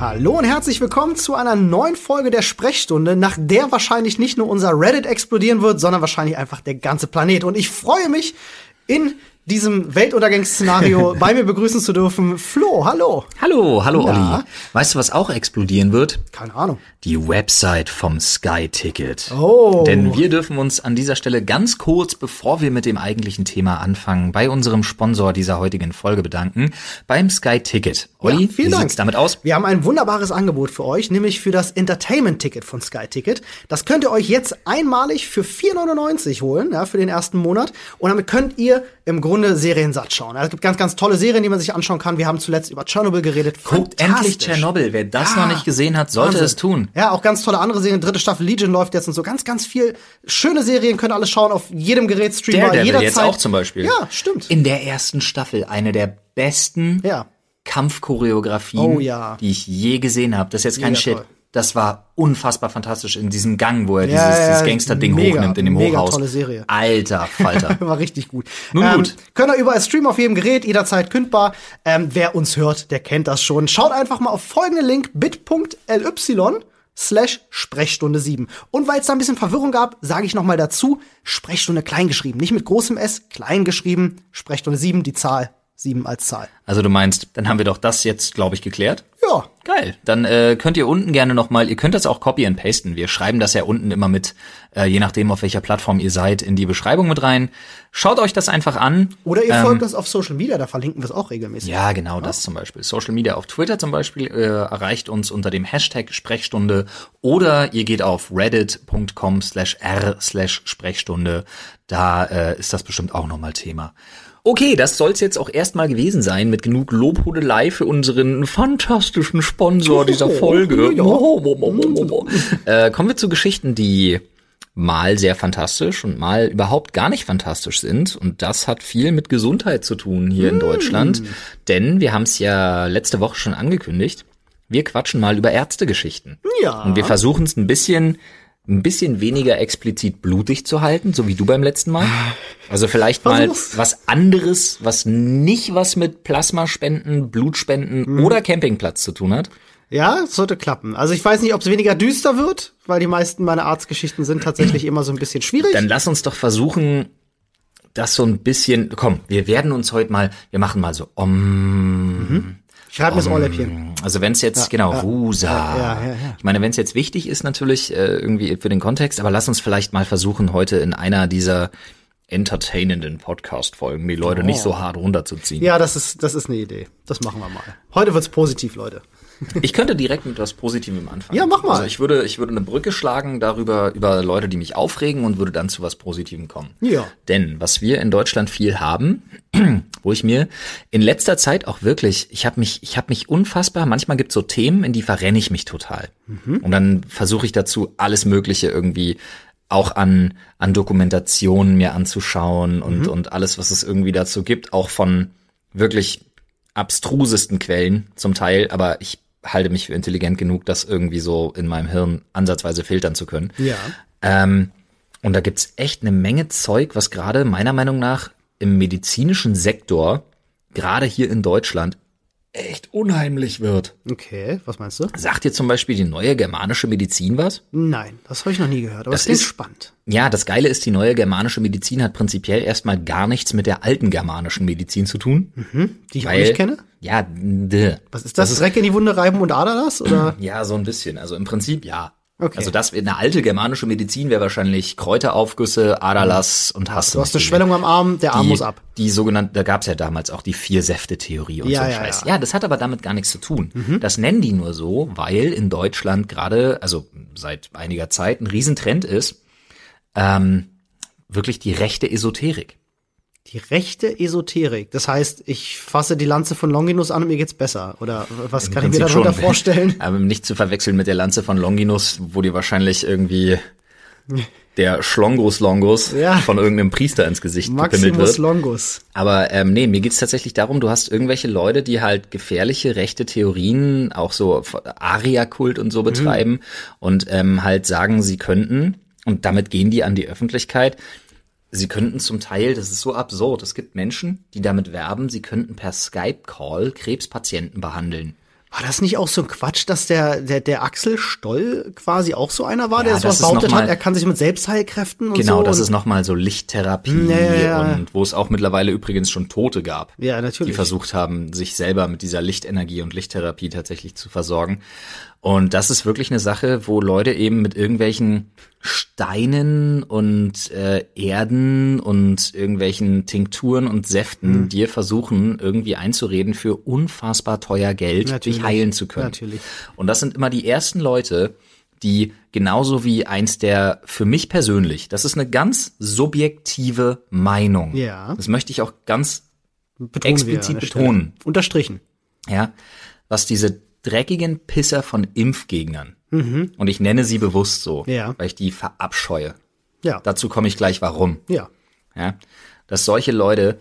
Hallo und herzlich willkommen zu einer neuen Folge der Sprechstunde, nach der wahrscheinlich nicht nur unser Reddit explodieren wird, sondern wahrscheinlich einfach der ganze Planet. Und ich freue mich, in diesem Weltuntergangsszenario bei mir begrüßen zu dürfen. Flo, hallo. Hallo, hallo Olli. Weißt du, was auch explodieren wird? Keine Ahnung. Die Website vom Sky-Ticket. Oh. Denn wir dürfen uns an dieser Stelle ganz kurz, bevor wir mit dem eigentlichen Thema anfangen, bei unserem Sponsor dieser heutigen Folge bedanken, beim Sky-Ticket. Olli, Ja, vielen wie Dank. sieht's damit aus? Wir haben ein wunderbares Angebot für euch, nämlich für das Entertainment-Ticket von Sky Ticket. Das könnt ihr euch jetzt einmalig für 4,99 holen, ja, für den ersten Monat. Und damit könnt ihr im Grunde Serien satt schauen. Also, es gibt ganz, ganz tolle Serien, die man sich anschauen kann. Wir haben zuletzt über Tschernobyl geredet. Guckt endlich Fantastisch. Tschernobyl. Wer das Ja. noch nicht gesehen hat, sollte Wahnsinn. es tun. Ja, auch ganz tolle andere Serien. Dritte Staffel Legion läuft jetzt und so. Ganz, ganz viel schöne Serien. Könnt ihr alles schauen auf jedem Gerät, streambar, Daredevil jederzeit. jetzt auch zum Beispiel. Ja, stimmt. In der ersten Staffel eine der besten Ja. Kampfchoreografien, Oh ja. die ich je gesehen habe. Das ist jetzt kein Mega Shit. toll. Das war unfassbar fantastisch in diesem Gang, wo er Ja, dieses, ja, dieses ja, Gangster-Ding mega, hochnimmt in dem mega Hochhaus. tolle Serie. Alter Falter. War richtig gut. Nun ähm, gut. Könnt ihr überall streamen auf jedem Gerät, jederzeit kündbar. Ähm, wer uns hört, der kennt das schon. Schaut einfach mal auf folgenden Link bit.ly slash Sprechstunde 7. Und weil es da ein bisschen Verwirrung gab, sage ich nochmal dazu, Sprechstunde klein geschrieben. Nicht mit großem S, klein geschrieben, Sprechstunde 7, die Zahl 7 als Zahl. also du meinst, dann haben wir doch das jetzt, glaube ich, geklärt. Ja, Geil. Dann äh, könnt ihr unten gerne nochmal, ihr könnt das auch copy and pasten. Wir schreiben das ja unten immer mit, äh, je nachdem auf welcher Plattform ihr seid, in die Beschreibung mit rein. Schaut euch das einfach an. Oder ihr folgt uns auf Social Media, da verlinken wir es auch regelmäßig. Ähm. Ja, genau das zum Beispiel. Social Media auf Twitter zum Beispiel äh, erreicht uns unter dem Hashtag Sprechstunde oder ihr geht auf reddit.com slash r slash Sprechstunde. Da äh, ist das bestimmt auch nochmal Thema. Okay, das soll's jetzt auch erstmal gewesen sein mit genug Lobhudelei für unseren fantastischen Sponsor dieser Folge. Äh, kommen wir zu Geschichten, die mal sehr fantastisch und mal überhaupt gar nicht fantastisch sind. Und das hat viel mit Gesundheit zu tun hier Mm. in Deutschland. Denn wir haben es ja letzte Woche schon angekündigt. Wir quatschen mal über Ärztegeschichten. Ja. Und wir versuchen es ein bisschen, ein bisschen weniger explizit blutig zu halten, so wie du beim letzten Mal. Also vielleicht mal Versuch's. was anderes, was nicht was mit Plasmaspenden, Blutspenden Mhm. oder Campingplatz zu tun hat. Ja, es sollte klappen. Also ich weiß nicht, ob es weniger düster wird, weil die meisten meiner Arztgeschichten sind tatsächlich immer so ein bisschen schwierig. Dann lass uns doch versuchen, das so ein bisschen. Komm, wir werden uns heute mal, wir machen mal so Om. ich schreibe mir das Mhm, Ohrläppchen. Also wenn es jetzt, genau, Rusa. ja, ja, ja. Ich meine, wenn es jetzt wichtig ist, natürlich äh, irgendwie für den Kontext, aber lass uns vielleicht mal versuchen, heute in einer dieser entertainenden Podcast-Folgen die Leute nicht so hart runterzuziehen. Oh. Ja, das ist, das ist eine Idee. Das machen wir mal. Heute wird's positiv, Leute. Ich könnte direkt mit was Positivem anfangen. Ja, mach mal. Also ich würde, ich würde eine Brücke schlagen darüber, über Leute, die mich aufregen und würde dann zu was Positivem kommen. Ja. Denn was wir in Deutschland viel haben, wo ich mir in letzter Zeit auch wirklich, ich habe mich, ich habe mich unfassbar, manchmal gibt es so Themen, in die verrenne ich mich total. Und dann versuche ich dazu alles Mögliche irgendwie auch an, an Dokumentationen mir anzuschauen und, und alles, was es irgendwie dazu gibt, auch von wirklich abstrusesten Quellen zum Teil, aber ich halte mich für intelligent genug, das irgendwie so in meinem Hirn ansatzweise filtern zu können. Ja. Ähm, und da gibt's echt eine Menge Zeug, was gerade meiner Meinung nach im medizinischen Sektor, gerade hier in Deutschland, echt unheimlich wird. Okay, was meinst du? Sagt dir zum Beispiel die neue germanische Medizin was? Nein, das habe ich noch nie gehört, aber das ist ist- spannend. Ja, das Geile ist, die neue germanische Medizin hat prinzipiell erstmal gar nichts mit der alten germanischen Medizin zu tun. Hm, Die ich auch nicht kenne? Ja, duh. Was ist das? Dreck in die Wunde reiben und Adalas? Oder? Ja, so ein bisschen. Also im Prinzip ja. Okay. Also das eine alte germanische Medizin wäre wahrscheinlich Kräuteraufgüsse, Adalas und hast Du Hm. hast eine nicht Schwellung am Arm, der Arm die, muss ab. Die sogenannte, da gab's ja damals auch die Vier-Säfte-Theorie und Ja, so ein ja, Scheiß. ja. Mhm. Ja. das hat aber damit gar nichts zu tun. Das nennen die nur so, weil in Deutschland gerade, also seit einiger Zeit, ein Riesentrend ist, ähm, wirklich die rechte Esoterik. Die rechte Esoterik. Das heißt, ich fasse die Lanze von Longinus an und mir geht's besser. Oder was kann ich mir Prinzip darunter schon. vorstellen? Aber nicht zu verwechseln mit der Lanze von Longinus, wo dir wahrscheinlich irgendwie der Schlongus Longus Ja. von irgendeinem Priester ins Gesicht gepimmelt Maximus wird. Longus. Aber ähm, nee, mir geht's tatsächlich darum, du hast irgendwelche Leute, die halt gefährliche rechte Theorien, auch so Aria-Kult Mhm. und so betreiben und ähm, halt sagen, sie könnten, und damit gehen die an die Öffentlichkeit, sie könnten zum Teil, das ist so absurd, es gibt Menschen, die damit werben, sie könnten per Skype-Call Krebspatienten behandeln. War das nicht auch so ein Quatsch, dass der, der, der Axel Stoll quasi auch so einer war, Ja, der so das ist behauptet noch mal- hat, er kann sich mit Selbstheilkräften und Genau, so? das und, ist nochmal so Lichttherapie Ja, ja, ja. und wo es auch mittlerweile übrigens schon Tote gab, Ja, die natürlich. versucht haben, sich selber mit dieser Lichtenergie und Lichttherapie tatsächlich zu versorgen. Und das ist wirklich eine Sache, wo Leute eben mit irgendwelchen Steinen und äh, Erden und irgendwelchen Tinkturen und Säften Mhm. dir versuchen, irgendwie einzureden, für unfassbar teuer Geld Natürlich. dich heilen zu können. Natürlich. Und das sind immer die ersten Leute, die genauso wie eins der für mich persönlich, das ist eine ganz subjektive Meinung. Ja. Das möchte ich auch ganz betonen wir explizit an der Stelle. betonen. Unterstrichen. ja, was diese dreckigen Pisser von Impfgegnern. Und ich nenne sie bewusst so, Mhm. Ja. weil ich die verabscheue. Ja. Dazu komme ich gleich warum. ja. Ja, dass solche Leute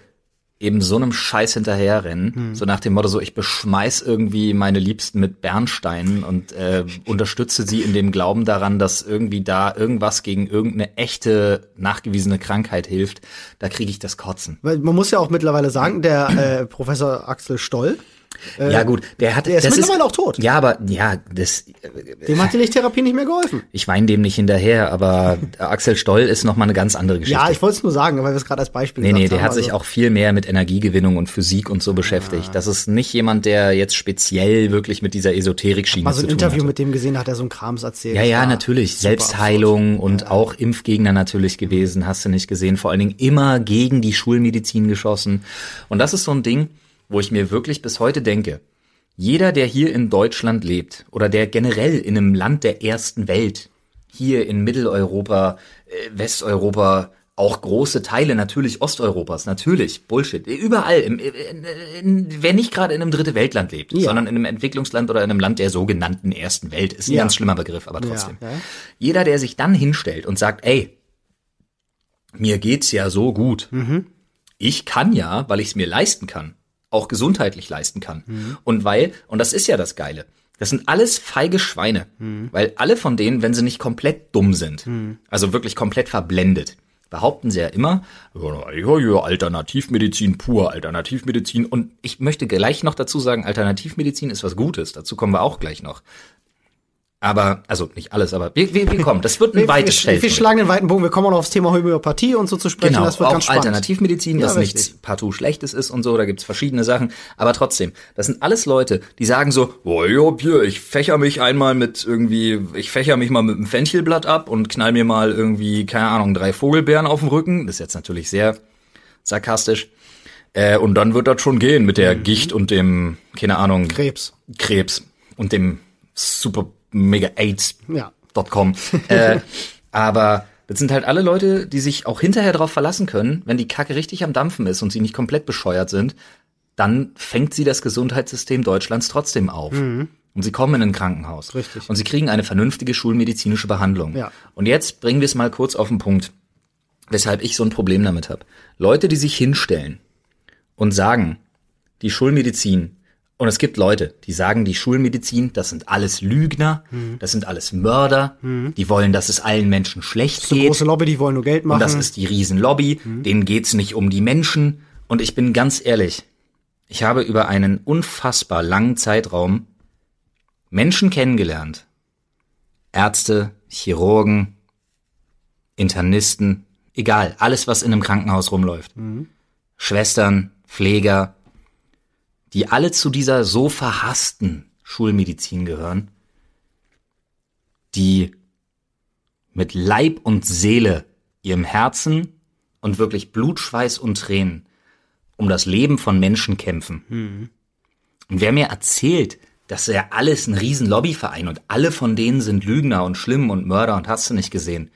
eben so einem Scheiß hinterherrennen, Mhm. so nach dem Motto so, ich beschmeiß irgendwie meine Liebsten mit Bernsteinen und äh, unterstütze sie in dem Glauben daran, dass irgendwie da irgendwas gegen irgendeine echte nachgewiesene Krankheit hilft, da kriege ich das Kotzen. Weil man muss ja auch mittlerweile sagen, der äh, Professor Axel Stoll, ja gut, der hat Äh, der ist das mittlerweile auch tot. Ja, aber ja, das äh, dem hat die Lichttherapie nicht mehr geholfen. ich weine dem nicht hinterher, aber Axel Stoll ist noch mal eine ganz andere Geschichte. Ja, ich wollte es nur sagen, weil wir es gerade als Beispiel Nee, gesagt nee, der haben. also hat sich auch viel mehr mit Energiegewinnung und Physik und so beschäftigt. Das ist nicht jemand, der jetzt speziell wirklich mit dieser Esoterik-Schiene Mal so zu ein tun Interview hatte. mit dem gesehen, da hat er so ein Krams erzählt. Ja, ja, Das war natürlich. super Selbstheilung und auch Impfgegner natürlich gewesen, hast du nicht gesehen. Vor allen Dingen immer gegen die Schulmedizin geschossen. Und das ist so ein Ding, wo ich mir wirklich bis heute denke, jeder, der hier in Deutschland lebt oder der generell in einem Land der ersten Welt, hier in Mitteleuropa, äh, Westeuropa, auch große Teile natürlich Osteuropas, natürlich, Bullshit, überall, im, äh, in, in, wer nicht gerade in einem dritte Weltland lebt, sondern in einem Entwicklungsland oder in einem Land der sogenannten ersten Welt, ist ein Ja. ganz schlimmer Begriff, aber trotzdem. Ja, ja. Jeder, der sich dann hinstellt und sagt, ey, mir geht's ja so gut, ich kann ja, weil ich es mir leisten kann, auch gesundheitlich leisten kann. Mhm. Und weil, und das ist ja das Geile, das sind alles feige Schweine, Mhm. weil alle von denen, wenn sie nicht komplett dumm sind, also wirklich komplett verblendet, behaupten sie ja immer, ja, ja, ja, Alternativmedizin pur, Alternativmedizin. Und ich möchte gleich noch dazu sagen, Alternativmedizin ist was Gutes, dazu kommen wir auch gleich noch. Aber, also nicht alles, aber wir, wir, wir kommen, das wird ein Wir- weites wir, Feld. wir heute. schlagen den weiten Bogen. Wir kommen auch noch aufs Thema Homöopathie und so zu sprechen. Genau, das wird auch ganz spannend. Alternativmedizin, Ja, was richtig. nichts partout Schlechtes ist und so, da gibt's verschiedene Sachen. Aber trotzdem, das sind alles Leute, die sagen so, oh ja, Bier, ich fächer mich einmal mit irgendwie, ich fächer mich mal mit einem Fenchelblatt ab und knall mir mal irgendwie, keine Ahnung, drei Vogelbeeren auf den Rücken. Das ist jetzt natürlich sehr sarkastisch. Äh, und dann wird das schon gehen mit der Gicht und dem, keine Ahnung, Mhm. Krebs. Krebs und dem super mega AIDS Ja. .com. äh, aber das sind halt alle Leute, die sich auch hinterher darauf verlassen können, wenn die Kacke richtig am Dampfen ist und sie nicht komplett bescheuert sind, dann fängt sie das Gesundheitssystem Deutschlands trotzdem auf. Und sie kommen in ein Krankenhaus. Mhm. Richtig. Und sie kriegen eine vernünftige schulmedizinische Behandlung. Ja. Und jetzt bringen wir es mal kurz auf den Punkt, weshalb ich so ein Problem damit habe. Leute, die sich hinstellen und sagen, die Schulmedizin. Und es gibt Leute, die sagen, die Schulmedizin, das sind alles Lügner, das sind alles Mörder, die wollen, dass es allen Menschen schlecht Die geht. große Lobby, die wollen nur Geld machen. Und das ist die Riesenlobby, denen geht's nicht um die Menschen. Und ich bin ganz ehrlich, ich habe über einen unfassbar langen Zeitraum Menschen kennengelernt. Ärzte, Chirurgen, Internisten, egal, alles, was in einem Krankenhaus rumläuft. Schwestern, Pfleger, die alle zu dieser so verhassten Schulmedizin gehören, die mit Leib und Seele, ihrem Herzen und wirklich Blut, Schweiß und Tränen um das Leben von Menschen kämpfen. Und wer mir erzählt, dass er alles ein riesen Lobbyverein und alle von denen sind Lügner und schlimm und Mörder und hast du nicht gesehen,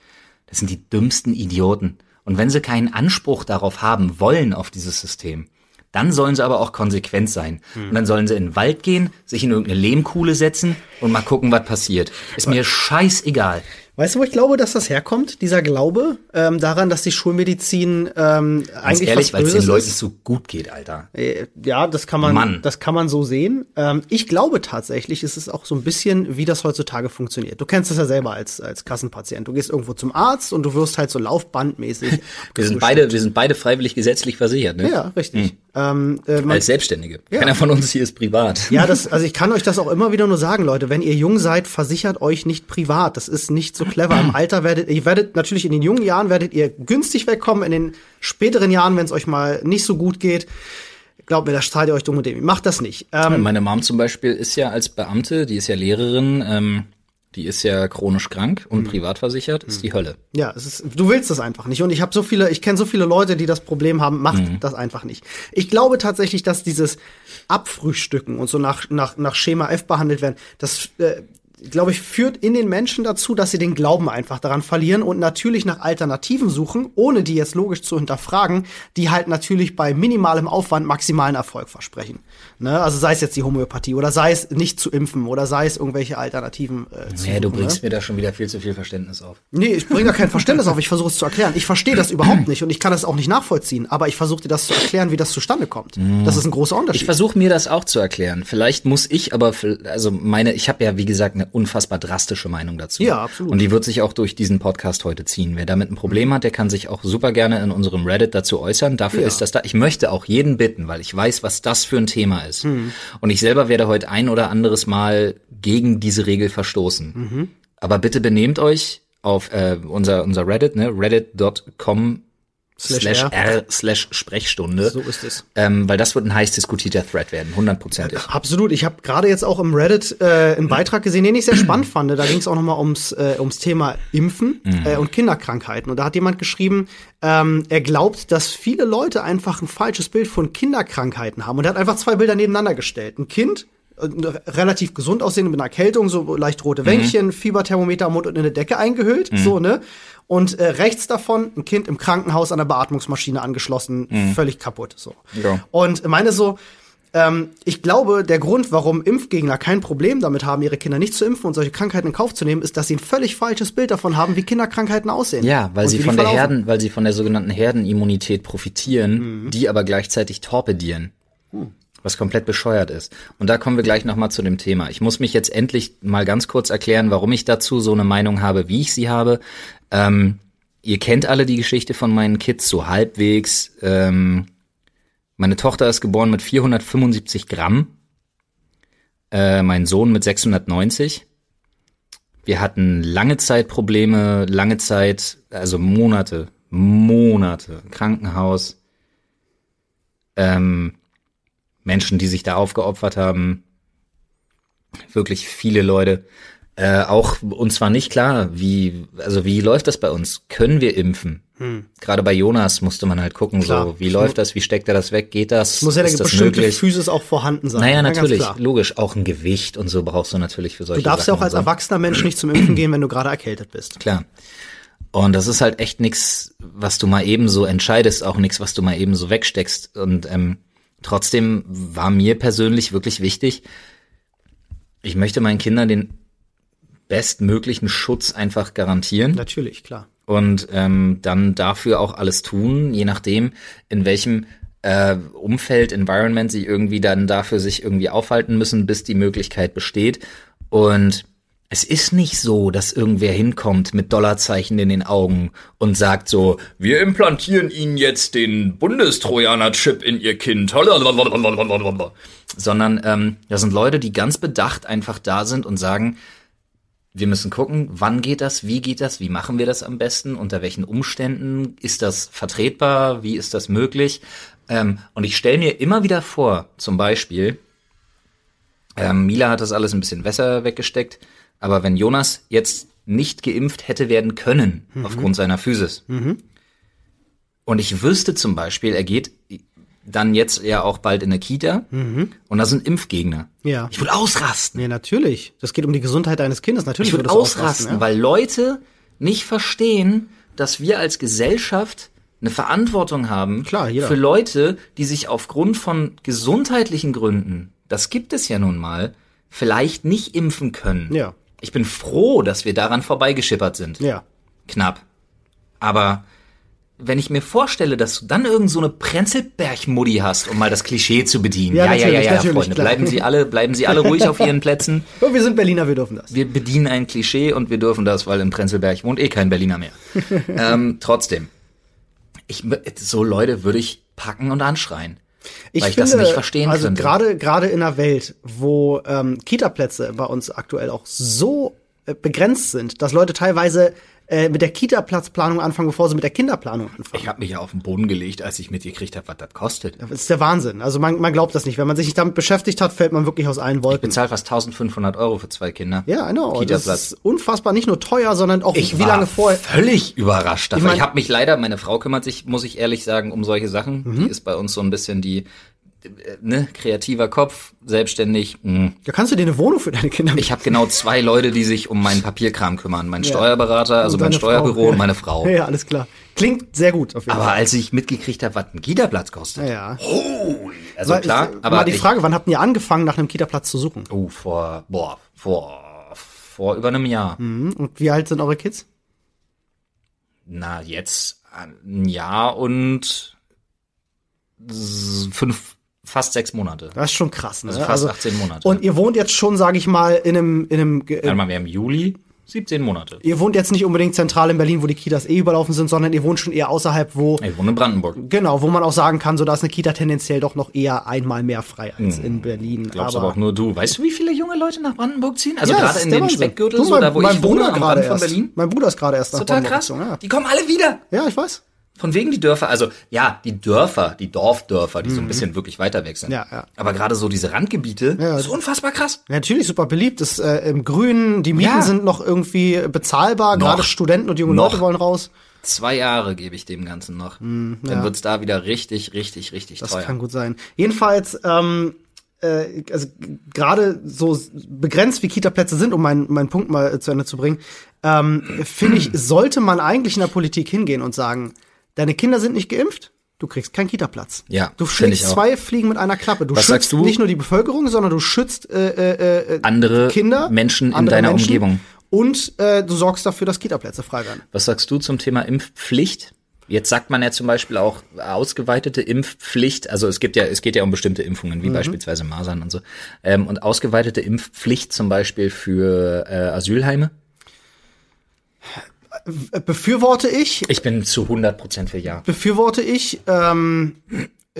das sind die dümmsten Idioten. Und wenn sie keinen Anspruch darauf haben wollen, auf dieses System, dann sollen sie aber auch konsequent sein. Und dann sollen sie in den Wald gehen, sich in irgendeine Lehmkuhle setzen und mal gucken, was passiert. Ist mir scheißegal. weißt du, wo ich glaube, dass das herkommt? Dieser Glaube ähm, daran, dass die Schulmedizin ähm, Ganz eigentlich was ehrlich, weil es den Böses Leuten ist. so gut geht, Alter. Äh, Ja, das kann man, Mann. das kann man so sehen. Ähm, ich glaube tatsächlich, es ist auch so ein bisschen, wie das heutzutage funktioniert. Du kennst das ja selber als, als Kassenpatient. Du gehst irgendwo zum Arzt und du wirst halt so laufbandmäßig. Wir sind beide, wir sind beide freiwillig gesetzlich versichert, ne? Ja, richtig. Ähm, äh, man, Als Selbstständige. Keiner von uns hier ist privat. ja, das, also ich kann euch das auch immer wieder nur sagen, Leute. Wenn ihr jung seid, versichert euch nicht privat. Das ist nicht so clever. Im Alter werdet ihr werdet natürlich in den jungen Jahren werdet ihr günstig wegkommen. In den späteren Jahren, wenn es euch mal nicht so gut geht, glaubt mir, da strahlt ihr euch dumm und dämlich. Macht das nicht. Ähm, Meine Mom zum Beispiel ist ja als Beamte, die ist ja Lehrerin, ähm, die ist ja chronisch krank Mhm. und privat versichert, ist die Hölle. Ja, es ist, du willst das einfach nicht. Und ich habe so viele, ich kenne so viele Leute, die das Problem haben, macht Mhm. das einfach nicht. Ich glaube tatsächlich, dass dieses Abfrühstücken und so nach, nach, nach Schema F behandelt werden, das, äh, glaube ich, führt in den Menschen dazu, dass sie den Glauben einfach daran verlieren und natürlich nach Alternativen suchen, ohne die jetzt logisch zu hinterfragen, die halt natürlich bei minimalem Aufwand maximalen Erfolg versprechen. Ne? Also sei es jetzt die Homöopathie oder sei es nicht zu impfen oder sei es irgendwelche Alternativen äh, zu Ja, du suchen, ne? bringst mir da schon wieder viel zu viel Verständnis auf. Nee, ich bringe da kein Verständnis auf, ich versuche es zu erklären. Ich verstehe das überhaupt nicht und ich kann das auch nicht nachvollziehen, aber ich versuche dir das zu erklären, wie das zustande kommt. Das ist ein großer Ich Unterschied. versuche mir das auch zu erklären. Vielleicht muss ich aber, vi- also meine, ich habe ja wie gesagt eine unfassbar drastische Meinung dazu. Ja, absolut. Und die wird sich auch durch diesen Podcast heute ziehen. Wer damit ein Problem hat, der kann sich auch super gerne in unserem Reddit dazu äußern. Dafür Ja. ist das da. Ich möchte auch jeden bitten, weil ich weiß, was das für ein Thema ist. Mhm. Und ich selber werde heute ein oder anderes Mal gegen diese Regel verstoßen. Mhm. Aber bitte benehmt euch auf äh, unser, unser Reddit, ne? reddit.com Slash slash R. r slash Sprechstunde. So ist es. Ähm, weil das wird ein heiß diskutierter Thread werden, hundertprozentig. Absolut. Ich habe gerade jetzt auch im Reddit äh, einen Beitrag gesehen, den ich sehr spannend fand. Da ging es auch nochmal ums, äh, ums Thema Impfen äh, und Kinderkrankheiten. Und da hat jemand geschrieben, ähm, er glaubt, dass viele Leute einfach ein falsches Bild von Kinderkrankheiten haben. Und er hat einfach zwei Bilder nebeneinander gestellt. Ein Kind, äh, relativ gesund aussehen mit einer Erkältung, so leicht rote Wändchen, Fieberthermometer am Mund und in eine Decke eingehüllt, so, ne? Und äh, rechts davon ein Kind im Krankenhaus an der Beatmungsmaschine angeschlossen, völlig kaputt, so. Ja. Und meine so, ähm, ich glaube, der Grund, warum Impfgegner kein Problem damit haben, ihre Kinder nicht zu impfen und solche Krankheiten in Kauf zu nehmen, ist, dass sie ein völlig falsches Bild davon haben, wie Kinderkrankheiten aussehen. Ja, weil und sie wie die von der verlaufen. Mhm. Herden, weil sie von der sogenannten Herdenimmunität profitieren, die aber gleichzeitig torpedieren. Hm. Was komplett bescheuert ist. Und da kommen wir gleich nochmal zu dem Thema. Ich muss mich jetzt endlich mal ganz kurz erklären, warum ich dazu so eine Meinung habe, wie ich sie habe. Ähm, ihr kennt alle die Geschichte von meinen Kids so halbwegs. Ähm, meine Tochter ist geboren mit 475 Gramm. Äh, mein Sohn mit 690. Wir hatten lange Zeit Probleme, lange Zeit, also Monate, Monate, Krankenhaus, ähm, Menschen, die sich da aufgeopfert haben, wirklich viele Leute. Äh, auch uns war nicht klar, wie, also wie läuft das bei uns? Können wir impfen? Gerade bei Jonas musste man halt gucken, Hm. Klar. so wie läuft das, wie steckt er das weg, geht das? Muss ja eine ist das bestimmte möglich? Physis auch vorhanden sein. Naja, Ja, ganz natürlich, klar. logisch, auch ein Gewicht und so brauchst du natürlich für solche Du darfst ja Sachen auch als und so. erwachsener Mensch nicht zum Impfen gehen, wenn du gerade erkältet bist. Klar. Und das ist halt echt nix, was du mal eben so entscheidest, auch nix, was du mal eben so wegsteckst. Und ähm, trotzdem war mir persönlich wirklich wichtig, ich möchte meinen Kindern den bestmöglichen Schutz einfach garantieren Natürlich, klar. und ähm, dann dafür auch alles tun, je nachdem, in welchem äh, Umfeld, Environment sie irgendwie dann dafür sich irgendwie aufhalten müssen, bis die Möglichkeit besteht. Und es ist nicht so, dass irgendwer hinkommt mit Dollarzeichen in den Augen und sagt so, wir implantieren Ihnen jetzt den Bundestrojaner-Chip in Ihr Kind. Sondern ähm, das sind Leute, die ganz bedacht einfach da sind und sagen, wir müssen gucken, wann geht das, wie geht das, wie machen wir das am besten, unter welchen Umständen ist das vertretbar, wie ist das möglich. Ähm, und ich stelle mir immer wieder vor, zum Beispiel, ähm, Mila hat das alles ein bisschen besser weggesteckt, aber wenn Jonas jetzt nicht geimpft hätte werden können aufgrund seiner Physis und ich wüsste zum Beispiel, er geht dann jetzt ja auch bald in eine Kita und da sind Impfgegner. Ja. Ich würde ausrasten. Nee, natürlich. Das geht um die Gesundheit deines Kindes. Natürlich Ich würde würdest du ausrasten, weil Leute nicht verstehen, dass wir als Gesellschaft eine Verantwortung haben Klar, jeder. für Leute, die sich aufgrund von gesundheitlichen Gründen, das gibt es ja nun mal, vielleicht nicht impfen können. Ja. Ich bin froh, dass wir daran vorbeigeschippert sind. ja. ja. Knapp. Aber wenn ich mir vorstelle, dass du dann irgend so eine Prenzelberg-Mutti hast, um mal das Klischee zu bedienen. Ja, ja, ja, ja, natürlich, ja, natürlich, Freunde, klar. bleiben Sie alle, bleiben Sie alle ruhig auf Ihren Plätzen Und wir sind Berliner, wir dürfen das. wir bedienen ein Klischee und wir dürfen das, weil in Prenzlberg wohnt eh kein Berliner mehr. ähm, trotzdem, ich, so Leute würde ich packen und anschreien. weil ich das nicht verstehen also könnte. gerade gerade in einer Welt, wo ähm, Kita-Plätze bei uns aktuell auch so äh, begrenzt sind, dass Leute teilweise äh, mit der Kita-Platzplanung anfangen, bevor sie mit der Kinderplanung anfangen. Ich habe mich ja auf den Boden gelegt, als ich mitgekriegt habe, was das kostet. Das ist der Wahnsinn. Also man, man glaubt das nicht. Wenn man sich nicht damit beschäftigt hat, fällt man wirklich aus allen Ich Wolken. bezahle fast 1500 Euro für zwei Kinder. Ja, genau. Das Kita-Platz. ist unfassbar nicht nur teuer, sondern auch Ich wie war lange vorher. völlig überrascht. Davon. Ich, mein- habe mich leider, meine Frau kümmert sich, muss ich ehrlich sagen, um solche Sachen. Mhm. Die ist bei uns so ein bisschen die, äh, ne, kreativer Kopf, selbstständig. hm. Mh. Da kannst du dir eine Wohnung für deine Kinder Ich habe genau zwei Leute, die sich um meinen Papierkram kümmern. Mein Ja. Steuerberater, also Und mein deine Frau, Steuerbüro ja. und meine Frau. Ja, alles klar. Klingt sehr gut auf jeden Aber Fall. als ich mitgekriegt habe, was ein Kita-Platz kostet. Ja. Holy. Also klar, ist, aber mal die ich- Frage, wann habt ihr angefangen, nach einem Kita-Platz zu suchen? Oh, vor, boah, vor, vor über einem Jahr. Hm? Und wie alt sind eure Kids? Na, jetzt ein Jahr und s- fünf, fast sechs Monate. Das ist schon krass, ne? Also fast 18 Monate. Und ihr wohnt jetzt schon, sage ich mal, in einem, in einem, ge- äh, Warte mal, wir haben Juli, 17 Monate. ihr wohnt jetzt nicht unbedingt zentral in Berlin, wo die Kitas eh überlaufen sind, sondern ihr wohnt schon eher außerhalb, wo, Ich wohne in Brandenburg. genau, wo man auch sagen kann, so da ist eine Kita tendenziell doch noch eher einmal mehr frei als in Berlin. Glaubst Hm. aber, auch nur du. Weißt du, wie viele junge Leute nach Brandenburg ziehen? Also Ja, das gerade ist in der den Wahnsinn. Speckgürtel, Du, so, mein- da wo mein ich wohne, am Rand von erst. Berlin. Mein Bruder ist gerade erst nach Total Brandenburg krass. gezogen, ja. Die kommen alle wieder. ja, ich weiß. Von wegen die Dörfer, also ja, die Dörfer, die Dorfdörfer, die so ein bisschen wirklich weiter weg sind. Mhm. Ja, ja. Aber gerade so diese Randgebiete, Ja. ist unfassbar krass. Ja, Natürlich super beliebt, ist äh, im Grünen, die Mieten Ja. sind noch irgendwie bezahlbar, Noch. gerade Studenten und junge Noch. Leute wollen raus. Zwei Jahre gebe ich dem Ganzen noch. Dann wird's da wieder richtig, richtig, Mhm, richtig Das teuer. kann gut sein. Jedenfalls, ähm, äh, also g- gerade so s- begrenzt wie Kita-Plätze sind, um meinen, meinen Punkt mal äh, zu Ende zu bringen, ähm, finde ich, sollte man eigentlich in der Politik hingehen und sagen, deine Kinder sind nicht geimpft, du kriegst keinen Kita-Platz. Ja, du finde schlägst ich auch. zwei Fliegen mit einer Klappe. Du Was schützt sagst du? nicht nur die Bevölkerung, sondern du schützt äh, äh, äh, Andere Kinder, Menschen in andere deiner Menschen Umgebung. Und äh, du sorgst dafür, dass Kita-Plätze frei werden. Was sagst du zum Thema Impfpflicht? Jetzt sagt man ja zum Beispiel auch ausgeweitete Impfpflicht. Also es gibt ja, es geht ja um bestimmte Impfungen, wie beispielsweise Masern und so. Ähm, und ausgeweitete Impfpflicht zum Beispiel für äh, Asylheime. Äh, Befürworte ich, Ich bin zu 100 Prozent für ja. befürworte ich. Ähm,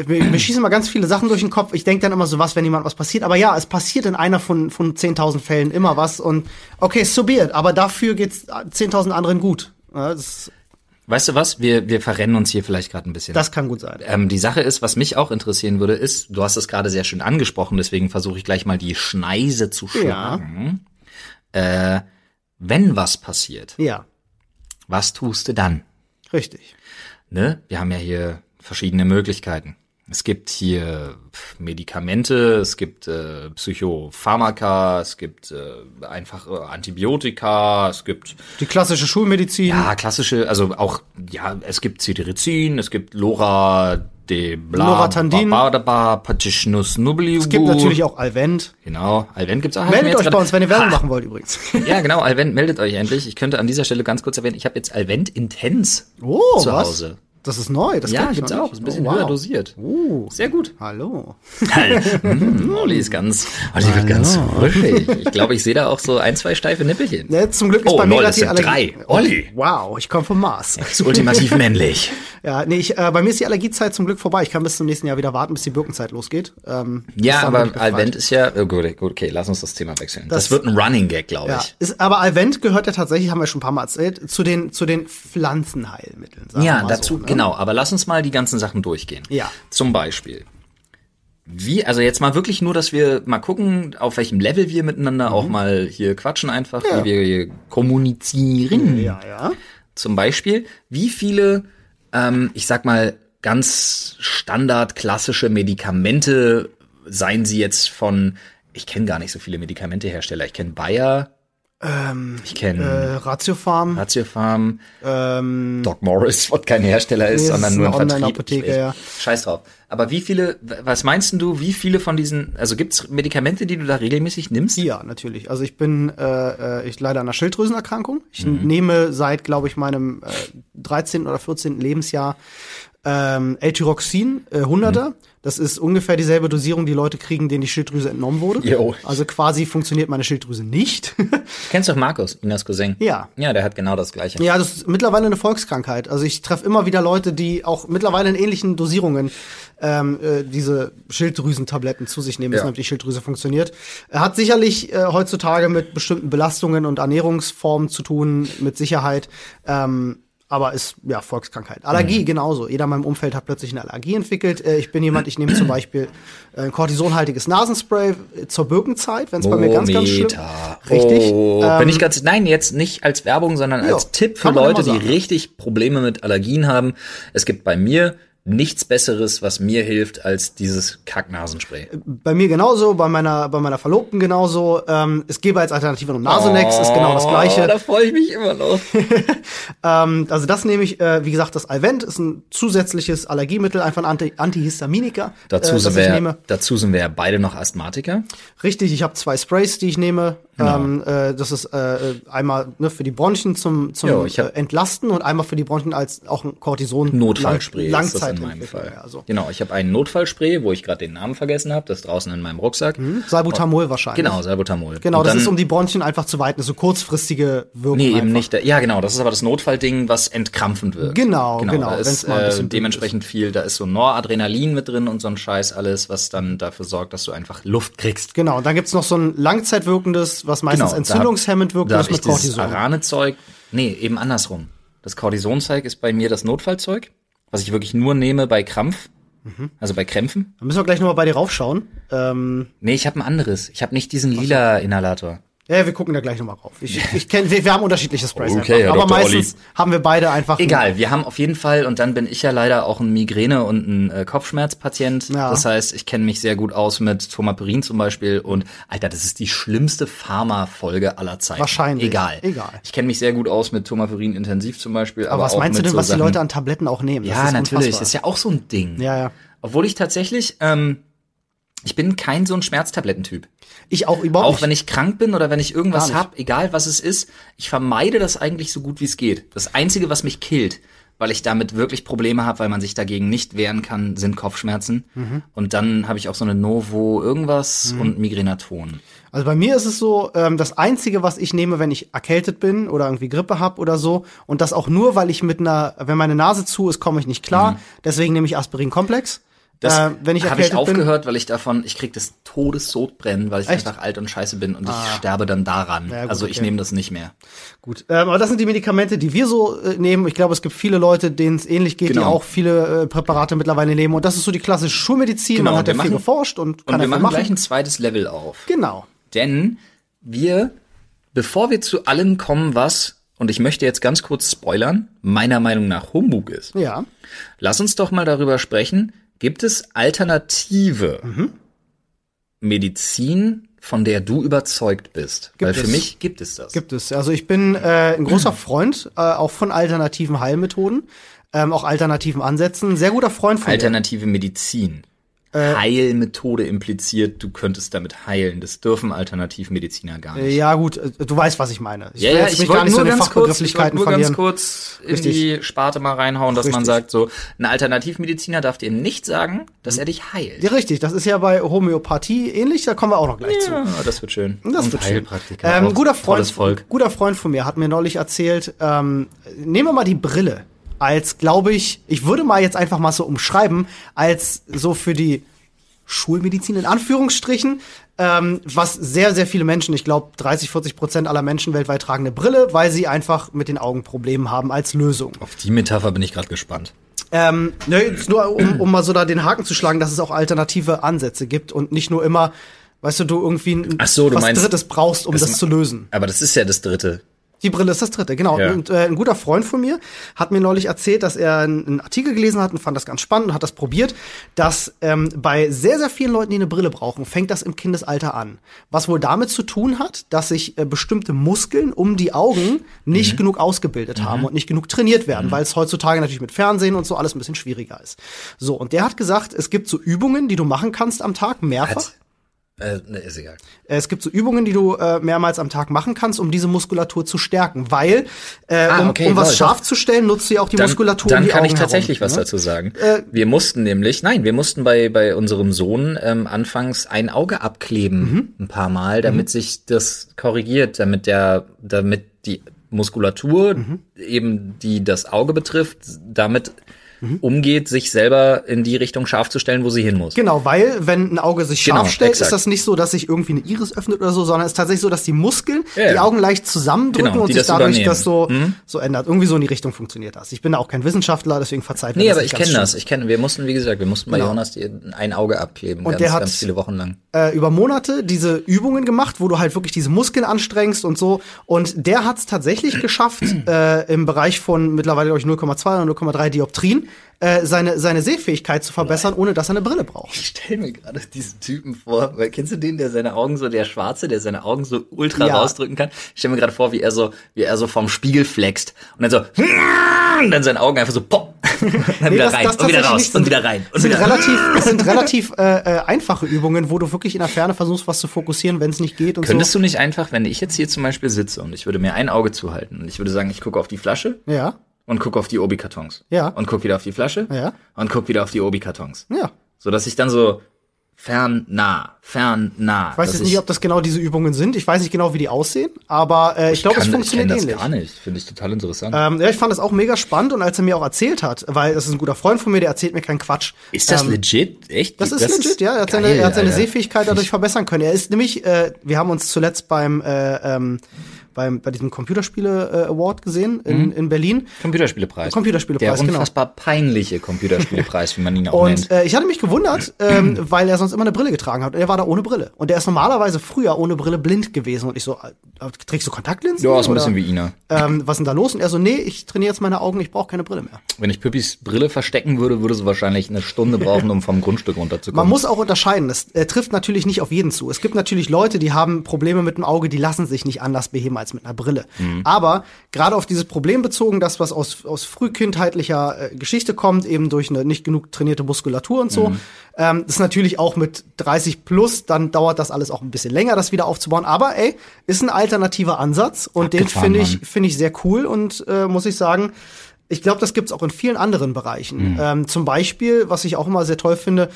mir, mir schießen mal ganz viele Sachen durch den Kopf. Ich denke dann immer so, was, wenn jemand was passiert. Aber ja, es passiert in einer von, von 10.000 Fällen immer was. Und okay, so be it. Aber dafür geht's 10.000 anderen gut. Ja, Das, Weißt du was? Wir, wir verrennen uns hier vielleicht gerade ein bisschen. das kann gut sein. ähm, die Sache ist, was mich auch interessieren würde, ist, du hast es gerade sehr schön angesprochen, deswegen versuche ich gleich mal die Schneise zu schlagen. Äh, wenn was passiert, Ja, was tust du dann? richtig. ne, wir haben ja hier verschiedene Möglichkeiten. Es gibt hier pf, Medikamente, es gibt äh, Psychopharmaka, es gibt äh, einfach äh, Antibiotika, es gibt Die klassische Schulmedizin. ja klassische, also auch ja, es gibt Cetirizin, es gibt Lora de bla Loratadin. ba- ba- ba- Patishnus nubilibu. Es gibt natürlich auch Alvent. genau, Alvent gibt's auch. Hab ich mir Meldet euch jetzt bei gerade- uns, wenn ihr Werbung Ha! machen wollt übrigens. Ja, genau, Alvent meldet euch endlich. Ich könnte an dieser Stelle ganz kurz erwähnen, ich habe jetzt Alvent Intens Oh, zu was? Hause. Das ist neu. Das Ja, kenn ich gibt's noch auch. nicht. Ist ein bisschen Oh, wow. höher dosiert. Uh, Sehr gut. hallo. Mm, Olli ist ganz, Olli wird ganz rüffig. Ich glaube, ich sehe da auch so ein, zwei steife Nippelchen. Ne, zum Glück ist oh, bei mir lol, gerade das die sind Allergie. drei. Olli Wow, ich komme vom Mars. ist ultimativ männlich. Ja, nee, ich, äh, bei mir ist die Allergiezeit zum Glück vorbei. Ich kann bis zum nächsten Jahr wieder warten, bis die Birkenzeit losgeht. Ähm, Ja, bis dann bin ich aber befreit. Advent ist ja, oh, gut, gut, okay, lass uns das Thema wechseln. Das, wird ein Running Gag, glaube Ja, ich. ist, aber Alvent gehört ja tatsächlich, haben wir schon ein paar Mal erzählt, zu den, zu den Pflanzenheilmitteln. Sagen wir Ja, mal dazu, so, ne? genau. Aber lass uns mal die ganzen Sachen durchgehen. Ja. Zum Beispiel. Wie, also jetzt mal wirklich nur, dass wir mal gucken, auf welchem Level wir miteinander Mhm. auch mal hier quatschen einfach, wie wir hier kommunizieren. Ja, ja. Zum Beispiel, wie viele, ähm, ich sag mal, ganz standard klassische Medikamente seien sie jetzt von, ich kenne gar nicht so viele Medikamentehersteller. Ich kenne Bayer, ich Äh, kenne Ratiofarm, Ratiofarm, ähm, Doc Morris, was kein Hersteller ist, Nee, das sondern ist nur ein eine Vertrieb. Online-Apotheke, Ich- ich- ja. Scheiß drauf. Aber wie viele, was meinst denn du, wie viele von diesen, also gibt's Medikamente, die du da regelmäßig nimmst? ja, natürlich. Also ich bin, äh, äh, ich leide an einer Schilddrüsenerkrankung. Ich nehme seit, glaube ich, meinem äh, 13. oder 14. Lebensjahr ähm, L-Tyroxin, äh, 100er. Das ist ungefähr dieselbe Dosierung, die Leute kriegen, denen die Schilddrüse entnommen wurde. Jo. Also quasi funktioniert meine Schilddrüse nicht. Kennst du doch Markus, Inas Cousin? Ja. Ja, der hat genau das Gleiche. ja, das ist mittlerweile eine Volkskrankheit. Also ich treffe immer wieder Leute, die auch mittlerweile in ähnlichen Dosierungen ähm, äh, diese Schilddrüsentabletten zu sich nehmen müssen, Ja. damit die Schilddrüse funktioniert. Hat sicherlich äh, heutzutage mit bestimmten Belastungen und Ernährungsformen zu tun, mit Sicherheit. Ähm, aber ist ja Volkskrankheit. Allergie Mhm. genauso. Jeder in meinem Umfeld hat plötzlich eine Allergie entwickelt. Äh, ich bin jemand, ich nehme zum Beispiel äh, ein kortisonhaltiges Nasenspray zur Birkenzeit, wenn es bei mir ganz, ganz schlimm Meta. Richtig. Oh, ähm, bin ich ganz, nein, jetzt nicht als Werbung, sondern Ja, als Tipp für kann man Leute, die immer sagen. richtig Probleme mit Allergien haben. Es gibt bei mir nichts Besseres, was mir hilft, als dieses Kacknasenspray. Bei mir genauso, bei meiner, bei meiner Verlobten genauso. Ähm, es gäbe als Alternative noch Nasonex, ist genau das Oh, gleiche. Äh, da freue ich mich immer noch. Ähm, also das nehme ich, äh, wie gesagt, das Alvent ist ein zusätzliches Allergiemittel, einfach ein Anti Antihistaminiker, Dazu, äh, das ich sind wir, nehme. dazu sind wir ja beide noch Asthmatiker. Richtig, ich habe zwei Sprays, die ich nehme. Genau. Ähm, äh, das ist äh, äh, einmal ne, für die Bronchien zum, zum Jo, ich hab- äh, Entlasten und einmal für die Bronchien als auch ein Cortison Notfallspray Lang ist das Langzeit in meinem Fall. Also. Genau, ich habe einen Notfallspray, wo ich gerade den Namen vergessen habe, das ist draußen in meinem Rucksack. Salbutamol wahrscheinlich. Genau, Salbutamol. Mhm. Genau, Und das dann- ist um die Bronchien einfach zu weiten, so kurzfristige Wirkung. Nee, einfach. eben nicht. Ja, genau. Das ist aber das Notfallding, was entkrampfend wirkt. Genau, genau, Da ist wenn's mal ein bisschen äh, blöd dementsprechend viel. Da ist so Noradrenalin mit drin und so ein Scheiß alles, was dann dafür sorgt, dass du einfach Luft kriegst. Genau, Genau, und dann gibt's noch so ein langzeitwirkendes, was meistens da hab- entzündungshemmend wirkt, Da das hab ich mit dieses Cortison. Arane-Zeug. Nee, eben andersrum. Das Cortisonzeug ist bei mir das Notfallzeug, was ich wirklich nur nehme bei Krampf. Mhm. Also bei Krämpfen. Da müssen wir gleich nochmal bei dir raufschauen. Ähm, Nee, ich habe ein anderes. Ich habe nicht diesen lila Inhalator. ja, wir gucken da gleich nochmal rauf. Ich, ich kenn, wir, wir haben unterschiedliche Sprays Okay, Herr einfach, aber Dr. Olli. meistens haben wir beide einfach Egal, wir haben auf jeden Fall, und dann bin ich ja leider auch ein Migräne- und ein äh, Kopfschmerzpatient. Ja. Das heißt, ich kenne mich sehr gut aus mit Tomaperin zum Beispiel. Und Alter, das ist die schlimmste Pharma-Folge aller Zeiten. Wahrscheinlich. Egal. Egal. Ich kenne mich sehr gut aus mit Tomaperin intensiv zum Beispiel. Aber, Aber was auch meinst du mit denn, so was Sachen, die Leute an Tabletten auch nehmen? Das Ja, ist natürlich. unfassbar. Das ist ja auch so ein Ding. ja, ja. Obwohl ich tatsächlich, ähm, ich bin kein so ein Schmerztablettentyp. Ich auch überhaupt Auch nicht. wenn ich krank bin oder wenn ich Gar irgendwas nicht. hab, egal was es ist, ich vermeide das eigentlich so gut wie es geht. Das Einzige, was mich killt, weil ich damit wirklich Probleme habe, weil man sich dagegen nicht wehren kann, sind Kopfschmerzen. Mhm. Und dann habe ich auch so eine Novo irgendwas und Migrenaton. Also bei mir ist es so, ähm, das Einzige, was ich nehme, wenn ich erkältet bin oder irgendwie Grippe hab oder so, und das auch nur, weil ich mit einer, wenn meine Nase zu ist, komme ich nicht klar. Deswegen nehme ich Aspirin-Komplex. Mhm. Das äh, wenn ich habe ich erkältet bin. aufgehört, weil ich davon, ich krieg das Todessodbrennen, weil ich Echt? Ah. einfach alt und scheiße bin und ich sterbe dann daran. Ja, gut, also ich okay. nehme das nicht mehr. Gut, ähm, aber das sind die Medikamente, die wir so äh, nehmen. Ich glaube, es gibt viele Leute, denen es ähnlich geht, die Genau. auch viele äh, Präparate mittlerweile nehmen. Und das ist so die klassische Schulmedizin. Genau, Man hat wir ja viel machen- geforscht und kann Und wir dafür machen machen. gleich ein zweites Level auf. Genau. Denn wir, bevor wir zu allem kommen, was, und ich möchte jetzt ganz kurz spoilern, meiner Meinung nach Humbug ist, Ja. lass uns doch mal darüber sprechen, gibt es alternative Medizin, von der du überzeugt bist? Weil für es. mich gibt es das. Gibt es. Also ich bin äh, ein großer Freund äh, auch von alternativen Heilmethoden, ähm, auch alternativen Ansätzen. Sehr guter Freund von mir. Alternative Medizin. Äh. Heilmethode impliziert, du könntest damit heilen. Das dürfen Alternativmediziner gar nicht. Ja gut, äh, du weißt, was ich meine. Ich Ja, ja, ich wollte nur in den ganz kurz, ich wollte Fachbegrifflichkeiten nur ganz verlieren. kurz in Richtig. die Sparte mal reinhauen, dass man Richtig. sagt, so ein Alternativmediziner darf dir nicht sagen, dass er dich heilt. Ja, richtig, das ist ja bei Homöopathie ähnlich, da kommen wir auch noch gleich zu. Ja, ah, das wird schön. Das Und wird schön. Heilpraktiker. Ähm, auch guter, Freund, Tolles Volk. guter Freund von mir hat mir neulich erzählt, ähm, nehmen wir mal die Brille als, glaube ich, ich würde mal jetzt einfach mal so umschreiben, als so für die Schulmedizin in Anführungsstrichen, ähm, was sehr, sehr viele Menschen, ich glaube 30, 40 Prozent aller Menschen weltweit tragen eine Brille, weil sie einfach mit den Augen Probleme haben als Lösung. Auf die Metapher bin ich gerade gespannt. Ähm, ne, jetzt nur um, um mal so da den Haken zu schlagen, dass es auch alternative Ansätze gibt und nicht nur immer, weißt du, du irgendwie ein, Ach so, du was meinst, Drittes brauchst, um es das ma- zu lösen. Aber das ist ja das Dritte. Die Brille ist das dritte, genau. Ja. Und äh, ein guter Freund von mir hat mir neulich erzählt, dass er einen einen Artikel gelesen hat und fand das ganz spannend und hat das probiert, dass ähm, bei sehr, sehr vielen Leuten, die eine Brille brauchen, fängt das im Kindesalter an. Was wohl damit zu tun hat, dass sich äh, bestimmte Muskeln um die Augen nicht genug ausgebildet haben und nicht genug trainiert werden, weil es heutzutage natürlich mit Fernsehen und so alles ein bisschen schwieriger ist. So, und der hat gesagt, es gibt so Übungen, die du machen kannst am Tag, mehrfach. Äh, ne, ist egal. Es gibt so Übungen, die du äh, mehrmals am Tag machen kannst, um diese Muskulatur zu stärken, weil äh, Ah, um, okay, um was toll, scharf zu stellen, nutzt du ja auch die Muskulatur. um Dann die kann ich Augen tatsächlich herum, was ne? dazu sagen. wir mussten nämlich, nein, wir mussten bei, bei unserem Sohn ähm, anfangs ein Auge Mhm. abkleben, ein paar Mal, damit sich das korrigiert, damit der, damit die Muskulatur, Mhm. eben die das Auge betrifft, damit Mhm. umgeht, sich selber in die Richtung scharf zu stellen, wo sie hin muss. Genau, weil wenn ein Auge sich scharf Genau, stellt, exakt. ist das nicht so, dass sich irgendwie eine Iris öffnet oder so, sondern es ist tatsächlich so, dass die Muskeln Ja, die ja. Augen leicht zusammendrücken Genau, und die sich das dadurch übernehmen. Mhm. das so, so ändert. Irgendwie so in die Richtung funktioniert das. Ich bin da auch kein Wissenschaftler, deswegen verzeiht mir Nee, das aber nicht ich ganz Genau. kenne das. Ich kenne, wir mussten, wie gesagt, wir mussten bei Jonas die, ein Auge abkleben, ganz, der hat- ganz viele Wochen lang. äh, über Monate diese Übungen gemacht, wo du halt wirklich diese Muskeln anstrengst und so. Und der hat es tatsächlich geschafft, äh, im Bereich von mittlerweile, glaube ich, 0,2 oder 0,3 Dioptrien, äh, seine, seine Sehfähigkeit zu verbessern, ohne dass er eine Brille braucht. Ich stell mir gerade diesen Typen vor, weil kennst du den, der seine Augen so, der Schwarze, der seine Augen so ultra Ja. rausdrücken kann? Ich stell mir gerade vor, wie er so, wie er so vom Spiegel flext und dann so, und dann seine Augen einfach so, pop, und dann wieder das- rein das und wieder tatsächlich raus nicht. und wieder rein und Es sind wieder rein. relativ, es sind relativ äh, äh, einfache Übungen, wo du wirklich in der Ferne versuchst, was zu fokussieren, wenn es nicht geht und Könntest du nicht einfach, wenn ich jetzt hier zum Beispiel sitze und ich würde mir ein Auge zuhalten und ich würde sagen, ich gucke auf die Flasche so. Ja, und gucke auf die Obi-Kartons. Ja. Und gucke wieder auf die Flasche Ja. und gucke wieder auf die Obi-Kartons. ja. So dass ich dann so fern, nah, fern, nah. Ich weiß jetzt nicht, ob das genau diese Übungen sind. Ich weiß nicht genau, wie die aussehen, aber äh, ich, glaube, es funktioniert ich kenn ähnlich. das gar nicht. Finde ich total interessant. Ähm, ja, ich fand das auch mega spannend und als er mir auch erzählt hat, weil das ist ein guter Freund von mir, der erzählt mir keinen Quatsch. Ähm, Ist das legit? Echt? Das ist legit, ja. Er hat seine, er hat seine Sehfähigkeit dadurch verbessern können. Er ist nämlich, äh, wir haben uns zuletzt beim, äh, ähm, beim bei diesem Computerspiele äh, Award gesehen in, Mhm. in Berlin. Computerspielepreis. Computerspielepreis, Der genau. unfassbar peinliche Computerspielepreis, wie man ihn auch nennt. Und äh, ich hatte mich gewundert, ähm, weil er sonst immer eine Brille getragen hat. Und er war da ohne Brille. Und er ist normalerweise früher ohne Brille blind gewesen. Und ich so, äh, trägst du Kontaktlinsen? Ja, ist ein Oder, bisschen wie Ina. Ähm, was ist denn da los? Und er so, nee, ich trainiere jetzt meine Augen, ich brauche keine Brille mehr. Wenn ich Püppis Brille verstecken würde, würde sie wahrscheinlich eine Stunde brauchen, um vom Grundstück runterzukommen. Man muss auch unterscheiden. Es äh, trifft natürlich nicht auf jeden zu. Es gibt natürlich Leute, die haben Probleme mit dem Auge, die lassen sich nicht anders beheben als mit einer Brille. Mhm. Aber gerade auf dieses Problem bezogen, das was aus, aus frühkindheitlicher äh, Geschichte kommt, eben durch eine nicht genug trainierte Muskulatur und so, Mhm. ähm, das ist natürlich auch mit 30 plus, dann dauert das alles auch ein bisschen länger, das wieder aufzubauen. Aber ey, ist ein alternativer Ansatz und den Abgefahren, finde ich, Mann. finde ich sehr cool und äh, muss ich sagen, ich glaube, das gibt's auch in vielen anderen Bereichen. Mhm. Ähm, zum Beispiel, was ich auch immer sehr toll finde,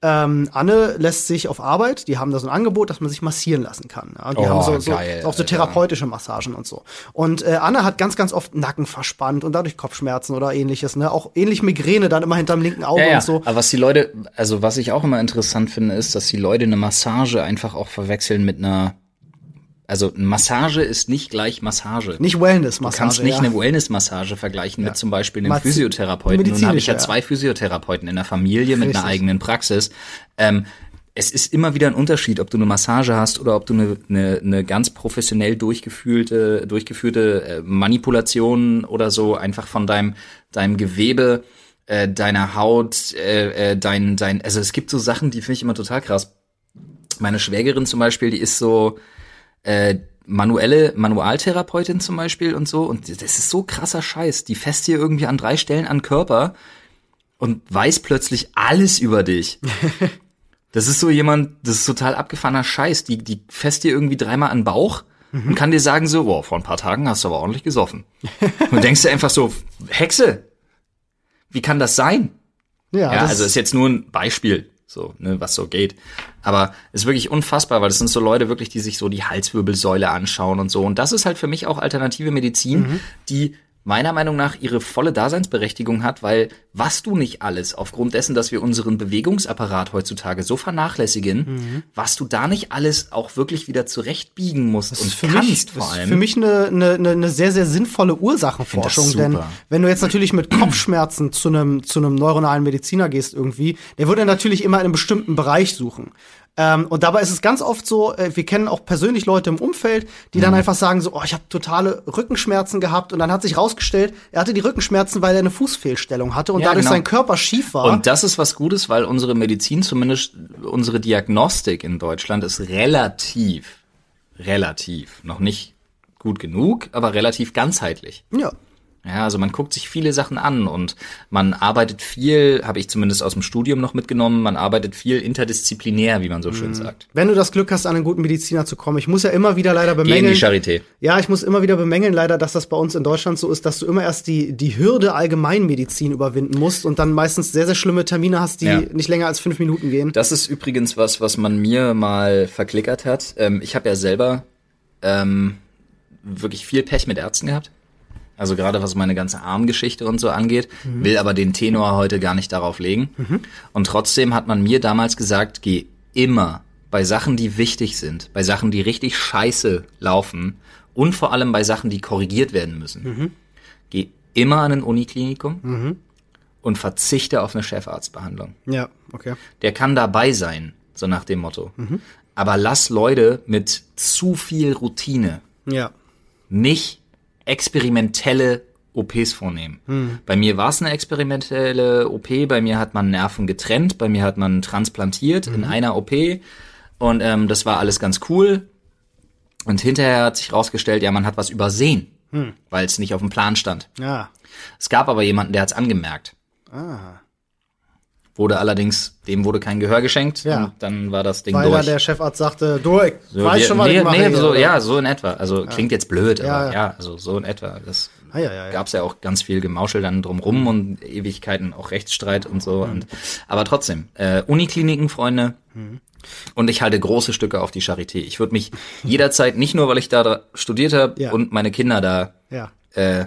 ähm, Anne lässt sich auf Arbeit, die haben da so ein Angebot, dass man sich massieren lassen kann. Ja? Und die Oh, haben so, so, geil, auch so Alter. therapeutische Massagen und so. Und äh, Anne hat ganz, ganz oft Nacken verspannt und dadurch Kopfschmerzen oder ähnliches. Ne? Auch ähnlich Migräne dann immer hinterm linken Auge ja, ja. und so. Aber was die Leute, also was ich auch immer interessant finde, ist, dass die Leute eine Massage einfach auch verwechseln mit einer. Also Massage ist nicht gleich Massage. Nicht Wellness-Massage. Du kannst nicht ja. eine Wellness-Massage vergleichen mit zum Beispiel einem Mazi- Physiotherapeuten. Nun habe ich ja medizinische, ja. zwei Physiotherapeuten in der Familie mit einer Richtig. eigenen Praxis. Ähm, es ist immer wieder ein Unterschied, ob du eine Massage hast oder ob du eine, eine, eine ganz professionell durchgeführte, durchgeführte äh, Manipulation oder so einfach von deinem, deinem Gewebe, äh, deiner Haut, äh, äh, dein, dein, also es gibt so Sachen, die finde ich immer total krass. Meine Schwägerin zum Beispiel, die ist so, äh, manuelle Manualtherapeutin zum Beispiel und so. Und das ist so krasser Scheiß. Die fässt hier irgendwie an drei Stellen an Körper und weiß plötzlich alles über dich. Das ist so jemand, das ist total abgefahrener Scheiß. Die, die fässt dir irgendwie dreimal an den Bauch und kann dir sagen so, wow, vor ein paar Tagen hast du aber ordentlich gesoffen. Und denkst dir einfach so, Hexe, wie kann das sein? Ja, Ja, das also ist- ist jetzt nur ein Beispiel, so, ne, was so geht. Aber ist wirklich unfassbar, weil das sind so Leute wirklich, die sich so die Halswirbelsäule anschauen und so. Und das ist halt für mich auch alternative Medizin, Mhm. die meiner Meinung nach ihre volle Daseinsberechtigung hat, weil was du nicht alles, aufgrund dessen, dass wir unseren Bewegungsapparat heutzutage so vernachlässigen, Mhm. was du da nicht alles auch wirklich wieder zurechtbiegen musst und für kannst mich, vor ist allem. Für mich eine, eine, eine, eine sehr, sehr sinnvolle Ursachenforschung, Ich find das denn super. wenn du jetzt natürlich mit Kopfschmerzen zu einem, zu einem neuronalen Mediziner gehst irgendwie, der würde natürlich immer in einem bestimmten Bereich suchen. Ähm, und dabei ist es ganz oft so, äh, wir kennen auch persönlich Leute im Umfeld, die Mhm. dann einfach sagen so, oh, ich habe totale Rückenschmerzen gehabt und dann hat sich rausgestellt, er hatte die Rückenschmerzen, weil er eine Fußfehlstellung hatte und Ja, dadurch genau. sein Körper schief war. Und das ist was Gutes, weil unsere Medizin, zumindest unsere Diagnostik in Deutschland, ist relativ, relativ, noch nicht gut genug, aber relativ ganzheitlich. ja. Ja, also man guckt sich viele Sachen an und man arbeitet viel, habe ich zumindest aus dem Studium noch mitgenommen, man arbeitet viel interdisziplinär, wie man so schön sagt. Wenn du das Glück hast, an einen guten Mediziner zu kommen, ich muss ja immer wieder leider Geh in bemängeln. die Charité. Ja, ich muss immer wieder bemängeln, leider, dass das bei uns in Deutschland so ist, dass du immer erst die, die Hürde Allgemeinmedizin überwinden musst und dann meistens sehr, sehr schlimme Termine hast, die Ja. nicht länger als fünf Minuten gehen. Das ist übrigens was, was man mir mal verklickert hat. Ähm, ich habe ja selber ähm, wirklich viel Pech mit Ärzten gehabt. Also gerade was meine ganze Armgeschichte und so angeht, will aber den Tenor heute gar nicht darauf legen. Und trotzdem hat man mir damals gesagt, geh immer bei Sachen, die wichtig sind, bei Sachen, die richtig scheiße laufen und vor allem bei Sachen, die korrigiert werden müssen. Geh immer an ein Uniklinikum und verzichte auf eine Chefarztbehandlung Ja, okay. der kann dabei sein, so nach dem Motto. Aber lass Leute mit zu viel Routine Ja. nicht experimentelle OPs vornehmen. Bei mir war es eine experimentelle OP, bei mir hat man Nerven getrennt, bei mir hat man transplantiert in einer OP und ähm, das war alles ganz cool. Und hinterher hat sich rausgestellt, ja, man hat was übersehen, weil es nicht auf dem Plan stand. Ja. Es gab aber jemanden, der hat es angemerkt. Ah. Wurde allerdings, dem wurde kein Gehör geschenkt. Ja. Und dann war das Ding Weil durch. dann der Chefarzt sagte, du, ich weiß wir- schon, was nee, ich mache. nee, hier, so, oder? ja, so in etwa. Also klingt jetzt blöd, aber Ja, ja, ja. also so in etwa. Das Ah, ja, ja, Mhm. ja. gab's ja auch ganz viel Gemauschel dann drumrum und Ewigkeiten, auch Rechtsstreit und so. Mhm. Und, aber trotzdem, äh, Unikliniken, Freunde. Mhm. Und ich halte große Stücke auf die Charité. Ich würde mich jederzeit, nicht nur, weil ich da dra- studiert habe Ja. und meine Kinder da ja. äh,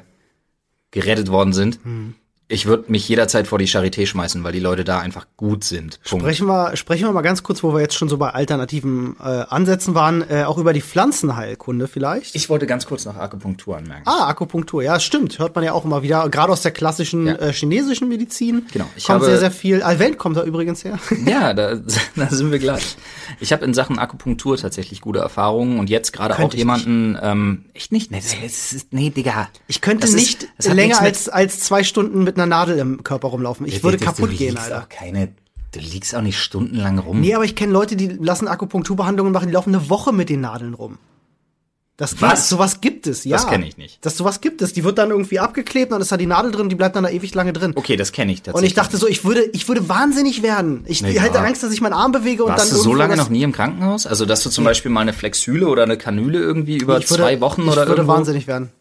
gerettet worden sind. Hm. Ich würde mich jederzeit vor die Charité schmeißen, weil die Leute da einfach gut sind. Punkt. Sprechen wir, sprechen wir mal ganz kurz, wo wir jetzt schon so bei alternativen äh, Ansätzen waren, äh, auch über die Pflanzenheilkunde vielleicht. Ich wollte ganz kurz noch Akupunktur anmerken. ah, Akupunktur, ja, stimmt. Hört man ja auch immer wieder, gerade aus der klassischen Ja. äh, chinesischen Medizin. Genau, ich kommt habe- sehr, sehr viel. Alvent kommt da übrigens her. Ja, da, da sind wir gleich. Ich habe in Sachen Akupunktur tatsächlich gute Erfahrungen und jetzt gerade auch Könnte ich jemanden, ähm, echt nicht, nee, das ist, nee Digga. Ich könnte Das ist- nicht das hat länger nichts mit- als, als zwei Stunden mit einer Nadel im Körper rumlaufen. Ich würde Das- kaputt du gehen, liegst Alter. Auch keine, du liegst auch nicht stundenlang rum. Nee, aber ich kenne Leute, die lassen Akupunkturbehandlungen machen, die laufen eine Woche mit den Nadeln rum. Das gibt, Was? Sowas gibt es, ja. Das kenn ich nicht. Das sowas gibt es. Die wird dann irgendwie abgeklebt, dann ist da die Nadel drin, die bleibt dann da ewig lange drin. Okay, das kenne ich Und tatsächlich. ich dachte so, ich würde, ich würde wahnsinnig werden. Ich Ja. hätte Angst, dass ich meinen Arm bewege und warst dann du so irgendwo lange was- noch nie im Krankenhaus? Also, dass du zum Beispiel mal eine Flexhüle oder eine Kanüle irgendwie über ich würde, zwei Wochen ich oder würde irgendwo wahnsinnig werden.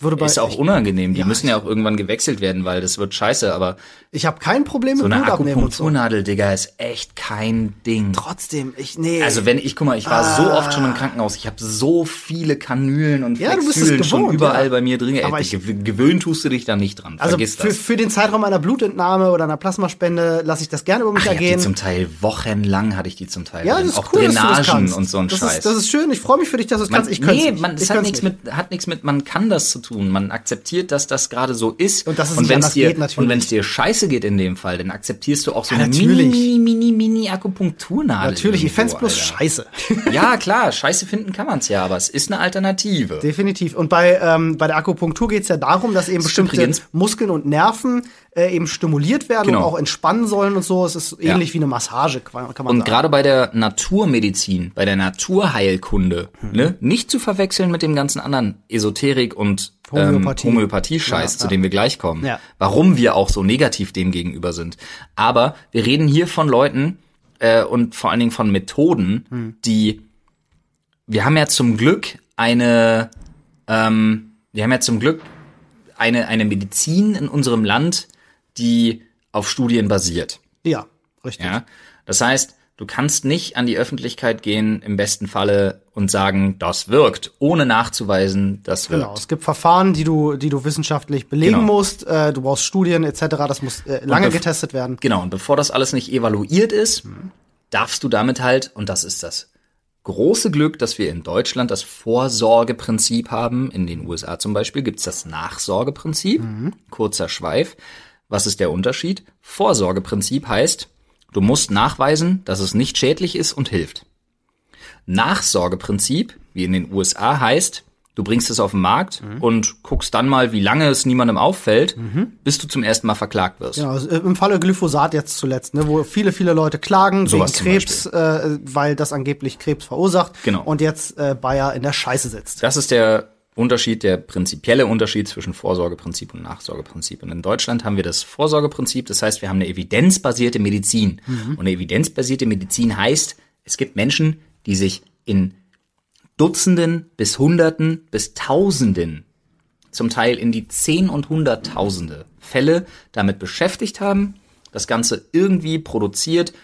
Würde bei, Ist auch ich unangenehm. Die müssen ja auch irgendwann gewechselt werden, weil das wird scheiße. Aber ich habe kein Problem so mit eine Blut abnehmen und so. Akupunkturnadel, Digga, ist echt kein Ding. Trotzdem, ich nee. Also wenn ich, guck mal, ich war so oft schon im Krankenhaus. Ich habe so viele Kanülen und Ah. Ja, du bist es Flexhülen schon gewohnt, überall ja. bei mir drin. Aber Aber ich- gewöhnt tust du dich da nicht dran. also Vergiss für, das. für den Zeitraum einer Blutentnahme oder einer Plasmaspende lasse ich das gerne über mich Ich hab die ergehen. zum Teil wochenlang hatte ich die zum Teil. Ja, drin. das ist auch cool, dass du das Drainagen kannst. und so ein das Scheiß. Ist, das ist schön. Ich freue mich für dich, dass du es kannst. Ich man, könnte nee, man, ich das hat könnte nichts es nicht. mit, hat nichts mit, man kann das zu tun. Man akzeptiert, dass das gerade so ist. Und dass es nicht wenn's anders dir, geht, natürlich. Und wenn es dir scheiße geht in dem Fall, dann akzeptierst du auch so Ja, eine natürlich. mini, mini, mini Akupunkturnadel. Natürlich, ich fänd's irgendwo, bloß Alter. scheiße. Ja, klar, scheiße finden kann man's ja, aber es ist eine Alternative. Definitiv. Und bei, ähm, bei der Akupunktur geht es ja darum, dass eben bestimmte übrigens- Muskeln und Nerven äh, eben stimuliert werden Genau. und auch entspannen sollen und so. Es ist ähnlich wie eine Massage, kann kann man Und sagen. gerade bei der Naturmedizin, bei der Naturheilkunde, Hm. ne, nicht zu verwechseln mit dem ganzen anderen Esoterik und Homöopathie. Homöopathie-Scheiß, ähm, Homöopathie-Scheiß, zu dem wir gleich kommen, Ja. warum wir auch so negativ dem gegenüber sind. Aber wir reden hier von Leuten äh, und vor allen Dingen von Methoden, Hm. die wir haben ja zum Glück eine, ähm, wir haben ja zum Glück eine eine Medizin in unserem Land, die auf Studien basiert. Ja, richtig. Ja? Das heißt, du kannst nicht an die Öffentlichkeit gehen, im besten Falle, und sagen, das wirkt, ohne nachzuweisen, das wirkt. Genau. Es gibt Verfahren, die du, die du wissenschaftlich belegen Genau. musst. Äh, du brauchst Studien etc. Das muss äh, lange bev- getestet werden. Genau, und bevor das alles nicht evaluiert ist, darfst du damit halt, und das ist das große Glück, dass wir in Deutschland das Vorsorgeprinzip haben. In den USA zum Beispiel gibt's das Nachsorgeprinzip. Kurzer Schweif. Was ist der Unterschied? Vorsorgeprinzip heißt, du musst nachweisen, dass es nicht schädlich ist und hilft. Nachsorgeprinzip, wie in den USA heißt, du bringst es auf den Markt und guckst dann mal, wie lange es niemandem auffällt, bis du zum ersten Mal verklagt wirst. Genau, also, äh, im Falle Glyphosat jetzt zuletzt, ne, wo viele, viele Leute klagen Sowas wegen zum Krebs, äh, weil das angeblich Krebs verursacht Genau. und jetzt äh, Bayer in der Scheiße sitzt. Das ist der Unterschied, der prinzipielle Unterschied zwischen Vorsorgeprinzip und Nachsorgeprinzip. Und in Deutschland haben wir das Vorsorgeprinzip, das heißt, wir haben eine evidenzbasierte Medizin. Mhm. Und eine evidenzbasierte Medizin heißt, es gibt Menschen, die sich in Dutzenden bis Hunderten bis Tausenden, zum Teil in die Zehn- und Hunderttausende Fälle damit beschäftigt haben, das Ganze irgendwie produziert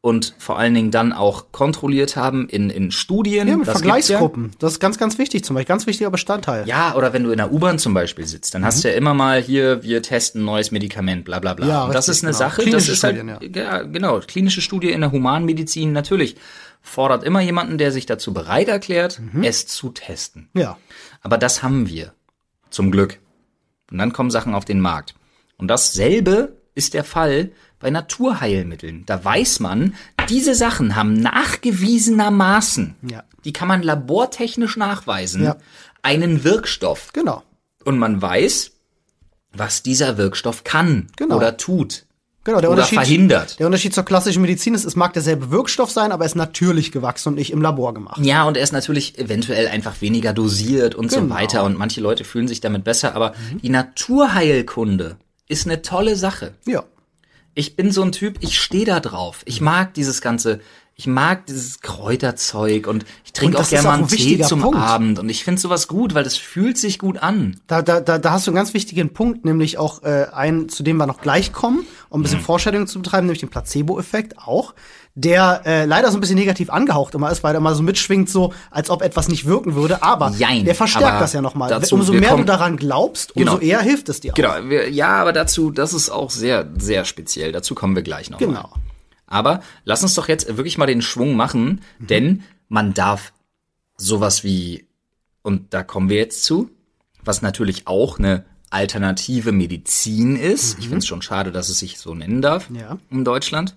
und vor allen Dingen dann auch kontrolliert haben in, in Studien. Ja, mit Das gibt's ja. Vergleichsgruppen. Das ist ganz, ganz wichtig, zum Beispiel. Ganz wichtiger Bestandteil. Ja, oder wenn du in der U-Bahn zum Beispiel sitzt, dann Mhm. hast du ja immer mal hier, wir testen neues Medikament, bla bla bla. Ja, und das richtig, ist eine genau. Sache, das Klinische ist halt, Studien, ja. genau, klinische Studie in der Humanmedizin natürlich fordert immer jemanden, der sich dazu bereit erklärt, Mhm. es zu testen. Ja. Aber das haben wir. Zum Glück. Und dann kommen Sachen auf den Markt. Und dasselbe ist der Fall bei Naturheilmitteln. Da weiß man, diese Sachen haben nachgewiesenermaßen, Ja. die kann man labortechnisch nachweisen, Ja. einen Wirkstoff. Genau. Und man weiß, was dieser Wirkstoff kann Genau. oder tut Genau, der oder Unterschied, verhindert. Der Unterschied zur klassischen Medizin ist, es mag derselbe Wirkstoff sein, aber er ist natürlich gewachsen und nicht im Labor gemacht. Ja, und er ist natürlich eventuell einfach weniger dosiert und so Genau. weiter. Und manche Leute fühlen sich damit besser. Aber die Naturheilkunde ist eine tolle Sache. Ja. Ich bin so ein Typ, ich stehe da drauf. Mhm. Ich mag dieses ganze, ich mag dieses Kräuterzeug und ich Und trinke auch das ist gerne mal auch ein einen Tee wichtiger zum Punkt. Abend. Und ich finde sowas gut, weil das fühlt sich gut an. Da, da, da, da hast du einen ganz wichtigen Punkt, nämlich auch äh, einen, zu dem wir noch gleich kommen, um ein Mhm. bisschen Vorstellung zu betreiben, nämlich den Placebo-Effekt auch, der äh, leider so ein bisschen negativ angehaucht immer ist, weil er mal so mitschwingt, so als ob etwas nicht wirken würde, aber Jein, der verstärkt aber das ja nochmal. dazu, Umso wir mehr du kommen- daran glaubst, umso Genau. eher hilft es dir. auch. Genau, wir, ja, aber dazu, das ist auch sehr, sehr speziell. Dazu kommen wir gleich noch. Genau. Mal. Aber lass uns doch jetzt wirklich mal den Schwung machen, Mhm. denn man darf sowas wie, und da kommen wir jetzt zu, was natürlich auch eine alternative Medizin ist. Ich finde es schon schade, dass es sich so nennen darf Mhm. Ja. in Deutschland.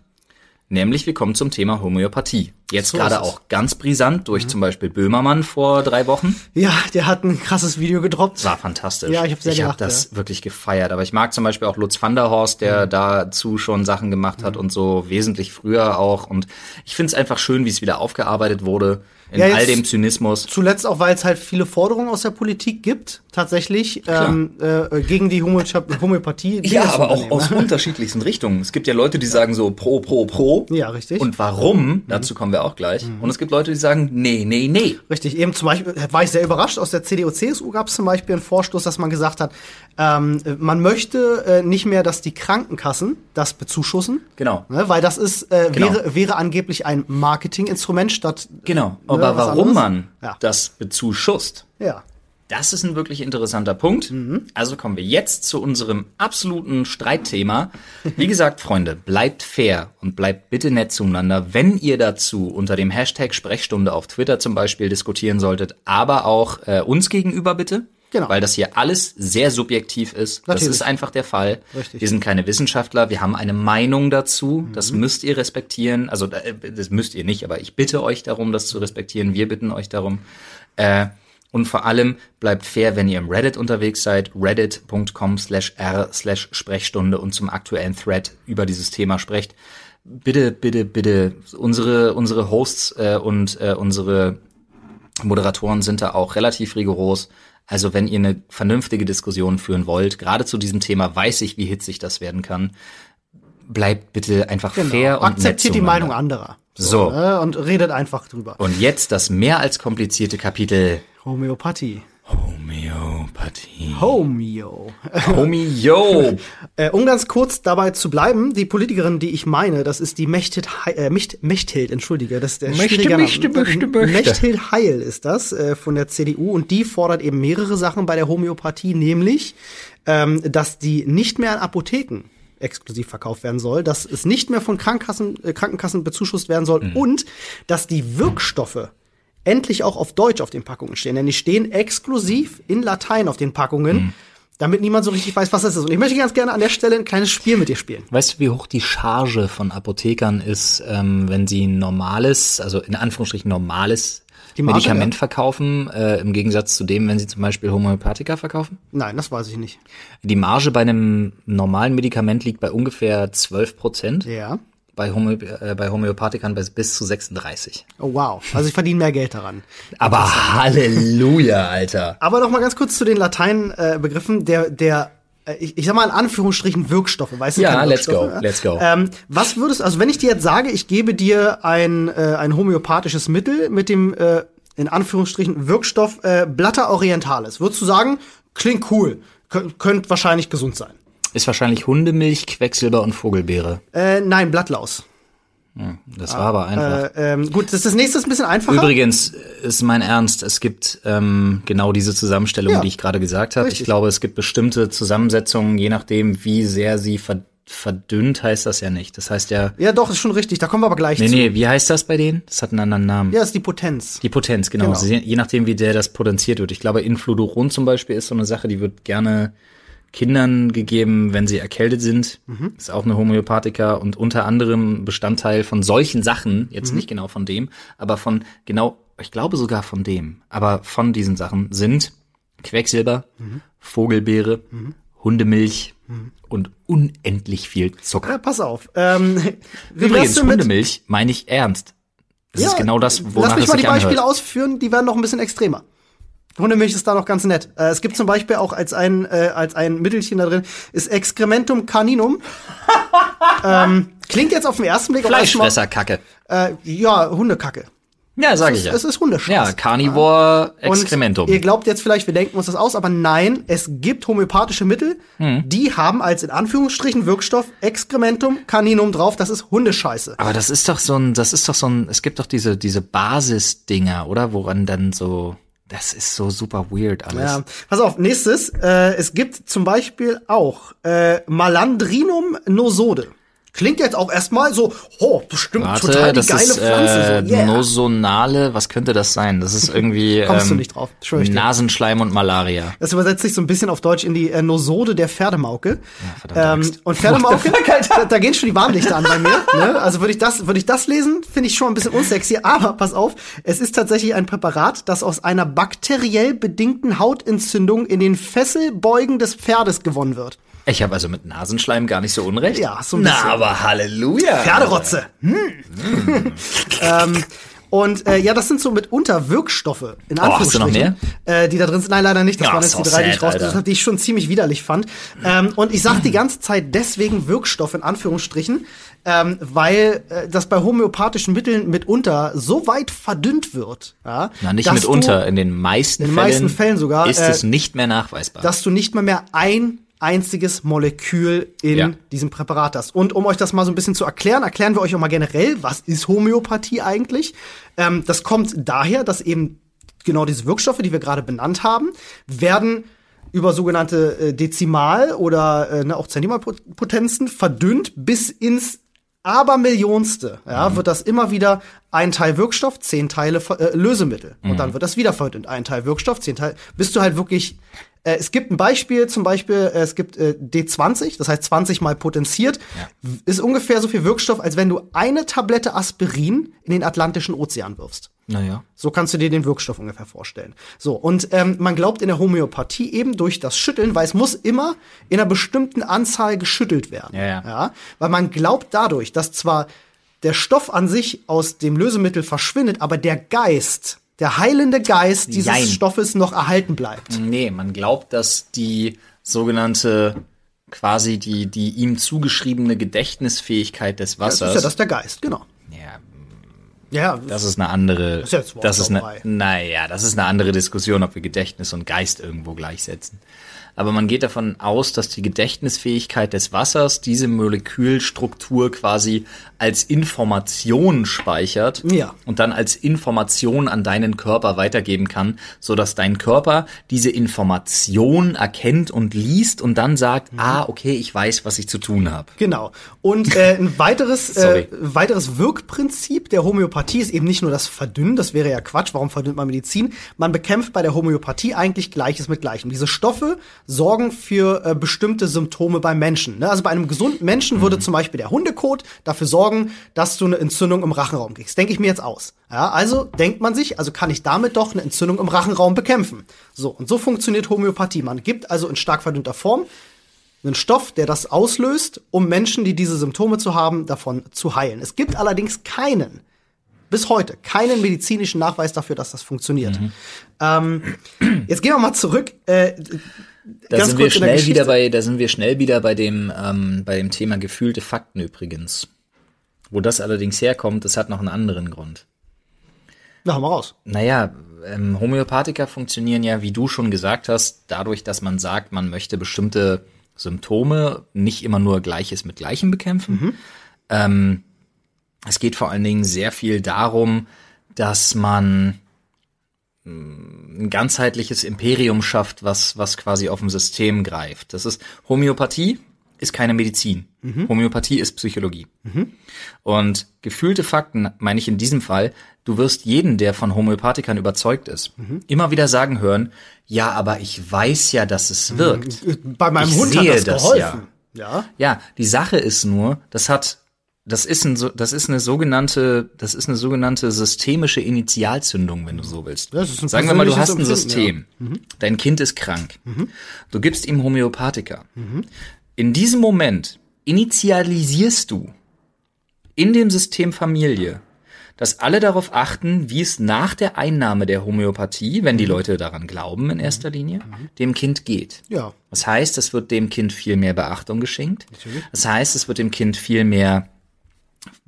Nämlich, wir kommen zum Thema Homöopathie. Jetzt So ist gerade es. Mhm. auch ganz brisant durch zum Beispiel Böhmermann vor drei Wochen. Ja, der hat ein krasses Video gedroppt. War fantastisch. Ja, Mhm. ich hab's sehr Ich habe gemacht, das wirklich gefeiert. Aber ich mag zum Beispiel auch Lutz van der Horst, der dazu schon Sachen gemacht Mhm. hat und so wesentlich früher auch. Und ich find's einfach schön, wie es wieder aufgearbeitet wurde in Ja, jetzt- all dem Zynismus. Zuletzt auch, weil es halt viele Forderungen aus der Politik gibt, tatsächlich, ähm, äh, gegen die Homö- Homöopathie. die Ja, das ne? aber auch Unternehmen, aus unterschiedlichsten Richtungen. Es gibt ja Leute, die sagen so pro, pro, pro. ne? Ja, richtig. Mhm. Und warum, dazu kommen wir auch gleich. Und es gibt Leute, die sagen, nee, nee, nee. Richtig, eben zum Beispiel äh, war ich sehr überrascht, aus der CDU-CSU gab es zum Beispiel einen Vorstoß, dass man gesagt hat, ähm, äh, man möchte äh, nicht mehr, dass die Krankenkassen das bezuschussen, Genau. ne, weil das ist, äh, Genau. wäre, wäre angeblich ein Marketinginstrument statt, Genau. Aber was warum anderes? man Ja. das bezuschusst, ja, Das ist ein wirklich interessanter Punkt. Mhm. Also kommen wir jetzt zu unserem absoluten Streitthema. Wie gesagt, Freunde, bleibt fair und bleibt bitte nett zueinander, wenn ihr dazu unter dem Hashtag Sprechstunde auf Twitter zum Beispiel diskutieren solltet, aber auch äh, uns gegenüber bitte. Genau. Weil das hier alles sehr subjektiv ist. Das Natürlich. ist einfach der Fall. Richtig. Wir sind keine Wissenschaftler, wir haben eine Meinung dazu. Das müsst ihr respektieren. Also äh, das müsst ihr nicht, aber ich bitte euch darum, das zu respektieren. Wir bitten euch darum. Äh, Und vor allem bleibt fair, wenn ihr im Reddit unterwegs seid, reddit.com slash r slash Sprechstunde und zum aktuellen Thread über dieses Thema sprecht. Bitte, bitte, bitte, unsere, unsere Hosts äh, und äh, unsere Moderatoren sind da auch relativ rigoros. Also wenn ihr eine vernünftige Diskussion führen wollt, gerade zu diesem Thema weiß ich, wie hitzig das werden kann, bleibt bitte einfach fair und Genau. akzeptiert nett die Meinung zueinander. anderer So. ne, und redet einfach drüber. Und jetzt das mehr als komplizierte Kapitel Homöopathie. Homöopathie. Homeo. Homie, yo! Äh, um ganz kurz dabei zu bleiben, die Politikerin, die ich meine, das ist die Mechthild, Hei- äh, Mecht, Mechthild entschuldige, das ist der Möchte, schwierige Name. möchte, möchte, möchte. Mechthild Heil ist das äh, von der CDU und die fordert eben mehrere Sachen bei der Homöopathie, nämlich, ähm, dass die nicht mehr an Apotheken exklusiv verkauft werden soll, dass es nicht mehr von Krankenkassen, äh, Krankenkassen bezuschusst werden soll und dass die Wirkstoffe endlich auch auf Deutsch auf den Packungen stehen. Denn die stehen exklusiv in Latein auf den Packungen, damit niemand so richtig weiß, was das ist. Und ich möchte ganz gerne an der Stelle ein kleines Spiel mit dir spielen. Weißt du, wie hoch die Charge von Apothekern ist, ähm, wenn sie ein normales, also in Anführungsstrichen normales Die Marge, Medikament verkaufen, äh, im Gegensatz zu dem, wenn sie zum Beispiel Homöopathika verkaufen? Nein, das weiß ich nicht. Die Marge bei einem normalen Medikament liegt bei ungefähr 12 Prozent. Ja. bei, Homö äh, bei Homöopathikern bei bis zu 36. Oh wow. Also ich verdiene mehr Geld daran. Aber Halleluja, Alter. Aber noch mal ganz kurz zu den Lateinbegriffen. Äh, Begriffen. der, der, äh, ich, ich sag mal in Anführungsstrichen Wirkstoffe, weißt du? Ja, keine let's go, Wirkstoffe, ne? let's go. Ähm, was würdest, also wenn ich dir jetzt sage, ich gebe dir ein, äh, ein homöopathisches Mittel mit dem, äh, in Anführungsstrichen, Wirkstoff äh, Blatter Orientalis, würdest du sagen, klingt cool, Kö könnt wahrscheinlich gesund sein. Ist wahrscheinlich Hundemilch, Quecksilber und Vogelbeere. Äh, nein, Blattlaus. Das war aber einfach. Äh, ähm, gut, das, das nächste ist ein bisschen einfacher. Übrigens äh, ist mein Ernst, es gibt ähm, genau diese Zusammenstellung, Ja. die ich gerade gesagt habe. Ich Richtig. glaube, es gibt bestimmte Zusammensetzungen, je nachdem, wie sehr sie ver verdünnt heißt das ja nicht. Das heißt ja, Ja, doch, ist schon richtig. Da kommen wir aber gleich nee, zu. nee, wie heißt das bei denen? Das hat einen anderen Namen. Ja, ist die Potenz. Die Potenz, genau. Genau. Sie- Je nachdem, wie der das potenziert wird. Ich glaube, Infludoron zum Beispiel ist so eine Sache, die wird gerne Kindern gegeben, wenn sie erkältet sind. Mhm. Ist auch eine Homöopathiker und unter anderem Bestandteil von solchen Sachen, Mhm. jetzt nicht genau von dem, aber von genau, ich glaube sogar von dem, aber von diesen Sachen sind Quecksilber, Mhm. Vogelbeere, Hundemilch und unendlich viel Zucker. Ja, pass auf. Ähm, wie wär's Übrigens, denn Äh, mit- Hundemilch meine ich ernst. Das ist genau das, wonach Lass mich es mal sich die Beispiele anhört. ausführen, die werden noch ein bisschen extremer. Hundemilch ist da noch ganz nett. Äh, es gibt zum Beispiel auch als ein, äh, als ein Mittelchen da drin, ist Excrementum caninum. ähm, klingt jetzt auf den ersten Blick auch erstmal- Fleischfresserkacke. Äh, ja, Hundekacke. Ja, sage ich Es, ja. es ist Hundescheiß. ja, Carnivore Excrementum. Und ihr glaubt jetzt vielleicht, wir denken uns das aus, aber nein, es gibt homöopathische Mittel, Hm. die haben als in Anführungsstrichen Wirkstoff Excrementum Caninum drauf, das ist Hundescheiße. Aber das ist doch so ein, das ist doch so ein, es gibt doch diese, diese Basisdinger, oder? Woran dann so, das ist so super weird alles. Ja. Pass auf, nächstes, äh, es gibt zum Beispiel auch äh, Malandrinum nosode. Klingt jetzt auch erstmal so, oh, bestimmt total Warte, die das geile ist äh, Pflanze. So, yeah. Nosonale, was könnte das sein? Das ist irgendwie Kommst du ähm, nicht drauf, schwör ich dir. Nasenschleim und Malaria. Das übersetzt sich so ein bisschen auf Deutsch in die äh, Nosode der Pferdemauke. verdammte ähm, und Pferdemauke, da, da gehen schon die Warnlichter an bei mir. Ne? Also würde ich das, würde ich das lesen, finde ich schon ein bisschen unsexy. Aber pass auf, es ist tatsächlich ein Präparat, das aus einer bakteriell bedingten Hautentzündung in den Fesselbeugen des Pferdes gewonnen wird. Ich habe also mit Nasenschleim gar nicht so unrecht. Ja, so ein Na, bisschen. aber Halleluja. Pferderotze. Hm. ähm, und äh, ja, das sind so mitunter Wirkstoffe, in Oh, hast du noch Anführungsstrichen, äh, die da drin sind. Nein, leider nicht. Das Ja, waren ist jetzt die doch drei, die ich sad, rausgesucht Alter. habe, die ich schon ziemlich widerlich fand. Ähm, und ich sage die ganze Zeit deswegen Wirkstoff, in Anführungsstrichen, ähm, weil äh, das bei homöopathischen Mitteln mitunter so weit verdünnt wird. Ja, Na, nicht dass mitunter. Du, In den meisten, in den Fällen, meisten Fällen sogar, ist äh, es nicht mehr nachweisbar. dass du nicht mal mehr ein einziges Molekül in Ja. diesem Präparat hast. Und um euch das mal so ein bisschen zu erklären, erklären wir euch auch mal generell, was ist Homöopathie eigentlich? Ähm, das kommt daher, dass eben genau diese Wirkstoffe, die wir gerade benannt haben, werden über sogenannte äh, Dezimal- oder äh, ne, auch Zentimalpotenzen verdünnt bis ins Abermillionste. Ja, wird das immer wieder ein Teil Wirkstoff, zehn Teile äh, Lösemittel. Und dann wird das wieder verdünnt. Ein Teil Wirkstoff, zehn Teile. Bist du halt wirklich äh, Es gibt ein Beispiel, zum Beispiel, äh, es gibt äh, D20, das heißt 20 mal potenziert, w- ist ungefähr so viel Wirkstoff, als wenn du eine Tablette Aspirin in den Atlantischen Ozean wirfst. naja. So kannst du dir den Wirkstoff ungefähr vorstellen. So, und ähm, man glaubt in der Homöopathie eben durch das Schütteln, weil es muss immer in einer bestimmten Anzahl geschüttelt werden. Ja, ja. Weil man glaubt dadurch, dass zwar der Stoff an sich aus dem Lösemittel verschwindet, aber der Geist, der heilende Geist dieses Jein. Stoffes noch erhalten bleibt. Nee, man glaubt, dass die sogenannte quasi die, die ihm zugeschriebene Gedächtnisfähigkeit des Das Wassers. ist ja das der Geist, genau. Ja, Ja, das ist eine andere. ist Das jetzt das ist eine, Wortlauberei. Naja, das ist eine andere Diskussion, ob wir Gedächtnis und Geist irgendwo gleichsetzen. Aber man geht davon aus, dass die Gedächtnisfähigkeit des Wassers diese Molekülstruktur quasi als Information speichert Ja. und dann als Information an deinen Körper weitergeben kann, so dass dein Körper diese Information erkennt und liest und dann sagt, Mhm. ah, okay, ich weiß, was ich zu tun habe. Genau. Und äh, ein weiteres, äh, Sorry. weiteres Wirkprinzip der Homöopathie ist eben nicht nur das Verdünnen, das wäre ja Quatsch, warum verdünnt man Medizin? Man bekämpft bei der Homöopathie eigentlich Gleiches mit Gleichem. Diese Stoffe sorgen für äh, bestimmte Symptome beim Menschen. Ne? Also bei einem gesunden Menschen würde zum Beispiel der Hundekot dafür sorgen, dass du eine Entzündung im Rachenraum kriegst. Denke ich mir jetzt aus. Ja, also denkt man sich, also kann ich damit doch eine Entzündung im Rachenraum bekämpfen. So, und so funktioniert Homöopathie. Man gibt also in stark verdünnter Form einen Stoff, der das auslöst, um Menschen, die diese Symptome zu haben, davon zu heilen. Es gibt allerdings keinen, bis heute, keinen medizinischen Nachweis dafür, dass das funktioniert. Mhm. Ähm, jetzt gehen wir mal zurück. Äh, Da ganz kurz in sind wir der schnell Geschichte. wieder bei, da sind wir schnell wieder bei dem, ähm, bei dem Thema gefühlte Fakten übrigens. Wo das allerdings herkommt, das hat noch einen anderen Grund. Na, hau mal raus. Naja, ähm, Homöopathika funktionieren ja, wie du schon gesagt hast, dadurch, dass man sagt, man möchte bestimmte Symptome nicht immer nur Gleiches mit Gleichem bekämpfen. Ähm, es geht vor allen Dingen sehr viel darum, dass man mh, ein ganzheitliches Imperium schafft, was, was quasi auf dem System greift. Das ist Homöopathie ist keine Medizin. Homöopathie ist Psychologie. Und gefühlte Fakten meine ich in diesem Fall, du wirst jeden, der von Homöopathikern überzeugt ist, immer wieder sagen hören, ja, aber ich weiß ja, dass es wirkt. Bei meinem Ich Hund sehe hat das, das, geholfen. Ja. Ja, die Sache ist nur, das hat, das ist ein, so- das ist eine sogenannte, das ist eine sogenannte systemische Initialzündung, wenn du so willst. Das ist ein Sagen wir mal, du hast persönliches ein Empfinden, Mhm. System. Dein Kind ist krank. Du gibst ihm Homöopathika. Mhm. In diesem Moment initialisierst du in dem System Familie, dass alle darauf achten, wie es nach der Einnahme der Homöopathie, wenn die Mhm. Leute daran glauben in erster Linie, dem Kind geht. Ja. Das heißt, es wird dem Kind viel mehr Beachtung geschenkt. Das heißt, es wird dem Kind viel mehr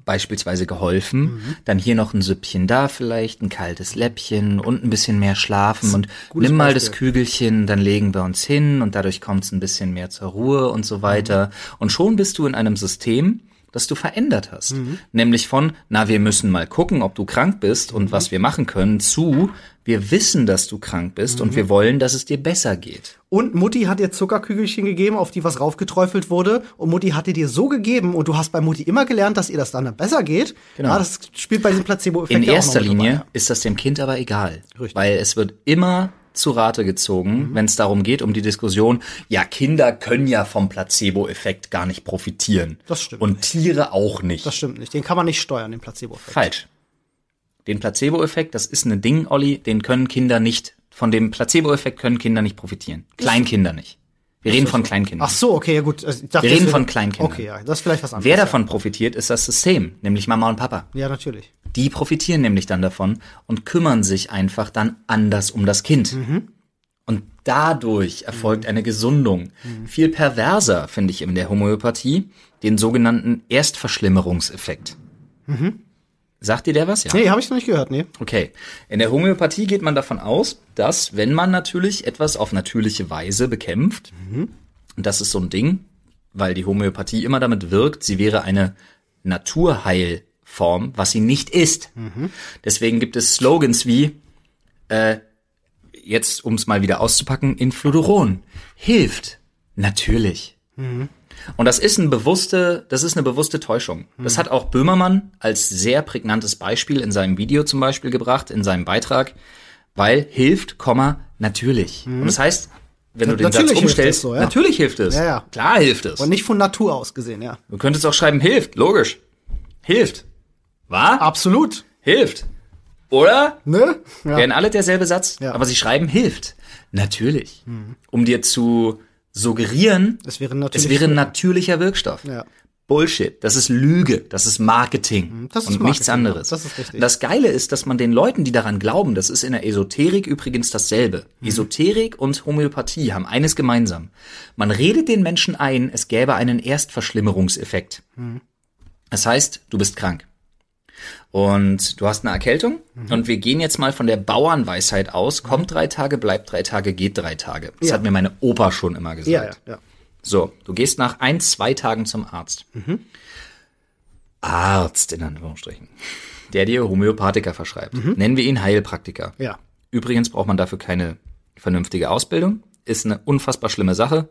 beispielsweise geholfen. Dann hier noch ein Süppchen da vielleicht, ein kaltes Läppchen und ein bisschen mehr schlafen und nimm mal das Kügelchen, dann legen wir uns hin und dadurch kommt es ein bisschen mehr zur Ruhe und so weiter. Und schon bist du in einem System, das du verändert hast. Nämlich von, na, wir müssen mal gucken, ob du krank bist und was wir machen können, zu, wir wissen, dass du krank bist und wir wollen, dass es dir besser geht. Und Mutti hat dir Zuckerkügelchen gegeben, auf die was raufgeträufelt wurde. Und Mutti hatte dir so gegeben und du hast bei Mutti immer gelernt, dass ihr das dann besser geht. Genau. Ja, das spielt bei diesem Placebo-Effekt In ja auch noch erster mit dabei, Linie ja. ist das dem Kind aber egal, weil es wird immer zu Rate gezogen, Mhm. wenn es darum geht, um die Diskussion, ja, Kinder können ja vom Placebo-Effekt gar nicht profitieren. Das stimmt Und Tiere auch nicht. Das stimmt nicht. Den kann man nicht steuern, den Placebo-Effekt. Falsch. Den Placebo-Effekt, das ist ein Ding, Olli, den können Kinder nicht, von dem Placebo-Effekt können Kinder nicht profitieren. Kleinkinder nicht. Wir reden von Kleinkindern. Ach so, okay, ja gut. Also, ich dachte, Wir reden das von wäre- Kleinkindern. Okay, ja, das ist vielleicht was anderes. Wer davon profitiert, ist das System, nämlich Mama und Papa. ja, natürlich. Die profitieren nämlich dann davon und kümmern sich einfach dann anders um das Kind. Und dadurch erfolgt eine Gesundung. Viel perverser finde ich in der Homöopathie den sogenannten Erstverschlimmerungseffekt. Sagt dir der was? Ja. Nee, habe ich noch nicht gehört, nee. Okay. In der Homöopathie geht man davon aus, dass wenn man natürlich etwas auf natürliche Weise bekämpft, und das ist so ein Ding, weil die Homöopathie immer damit wirkt, sie wäre eine Naturheilform, was sie nicht ist. Mhm. Deswegen gibt es Slogans wie, äh, jetzt um es mal wieder auszupacken, Influodoron hilft natürlich. Mhm. Und das ist, ein bewusste, das ist eine bewusste Täuschung. Mhm. Das hat auch Böhmermann als sehr prägnantes Beispiel in seinem Video zum Beispiel gebracht, in seinem Beitrag, weil hilft, Komma, natürlich. Und das heißt, wenn du den Mhm. Natürlich Satz hilft umstellst, es so, ja. natürlich hilft es. Ja, ja. Klar hilft es. Und nicht von Natur aus gesehen, ja. Du könntest auch schreiben, hilft, logisch. Hilft. Wahr? Absolut. Hilft. Oder? Ne? Ja. Wären alle derselbe Satz, Ja. aber sie schreiben hilft. Natürlich. Um dir zu suggerieren, Es wäre natürlich es wäre ein natürlicher Wirkstoff. Ja. Bullshit. Das ist Lüge. Das ist Marketing. Mhm, das ist und nichts Marketing, anderes. das ist richtig. Das Geile ist, dass man den Leuten, die daran glauben, das ist in der Esoterik übrigens dasselbe. Mhm. Esoterik und Homöopathie haben eines gemeinsam. Man redet den Menschen ein, es gäbe einen Erstverschlimmerungseffekt. Mhm. Das heißt, du bist krank. Und du hast eine Erkältung. Mhm. Und wir gehen jetzt mal von der Bauernweisheit aus. Kommt drei Tage, bleibt drei Tage, geht drei Tage. Das Ja. hat mir meine Opa schon immer gesagt. Ja, ja, ja. So, du gehst nach ein, zwei Tagen zum Arzt. Mhm. Arzt in Anführungsstrichen. Der dir Homöopathika verschreibt. Nennen wir ihn Heilpraktiker. Mhm. Ja. Übrigens braucht man dafür keine vernünftige Ausbildung. Ist eine unfassbar schlimme Sache.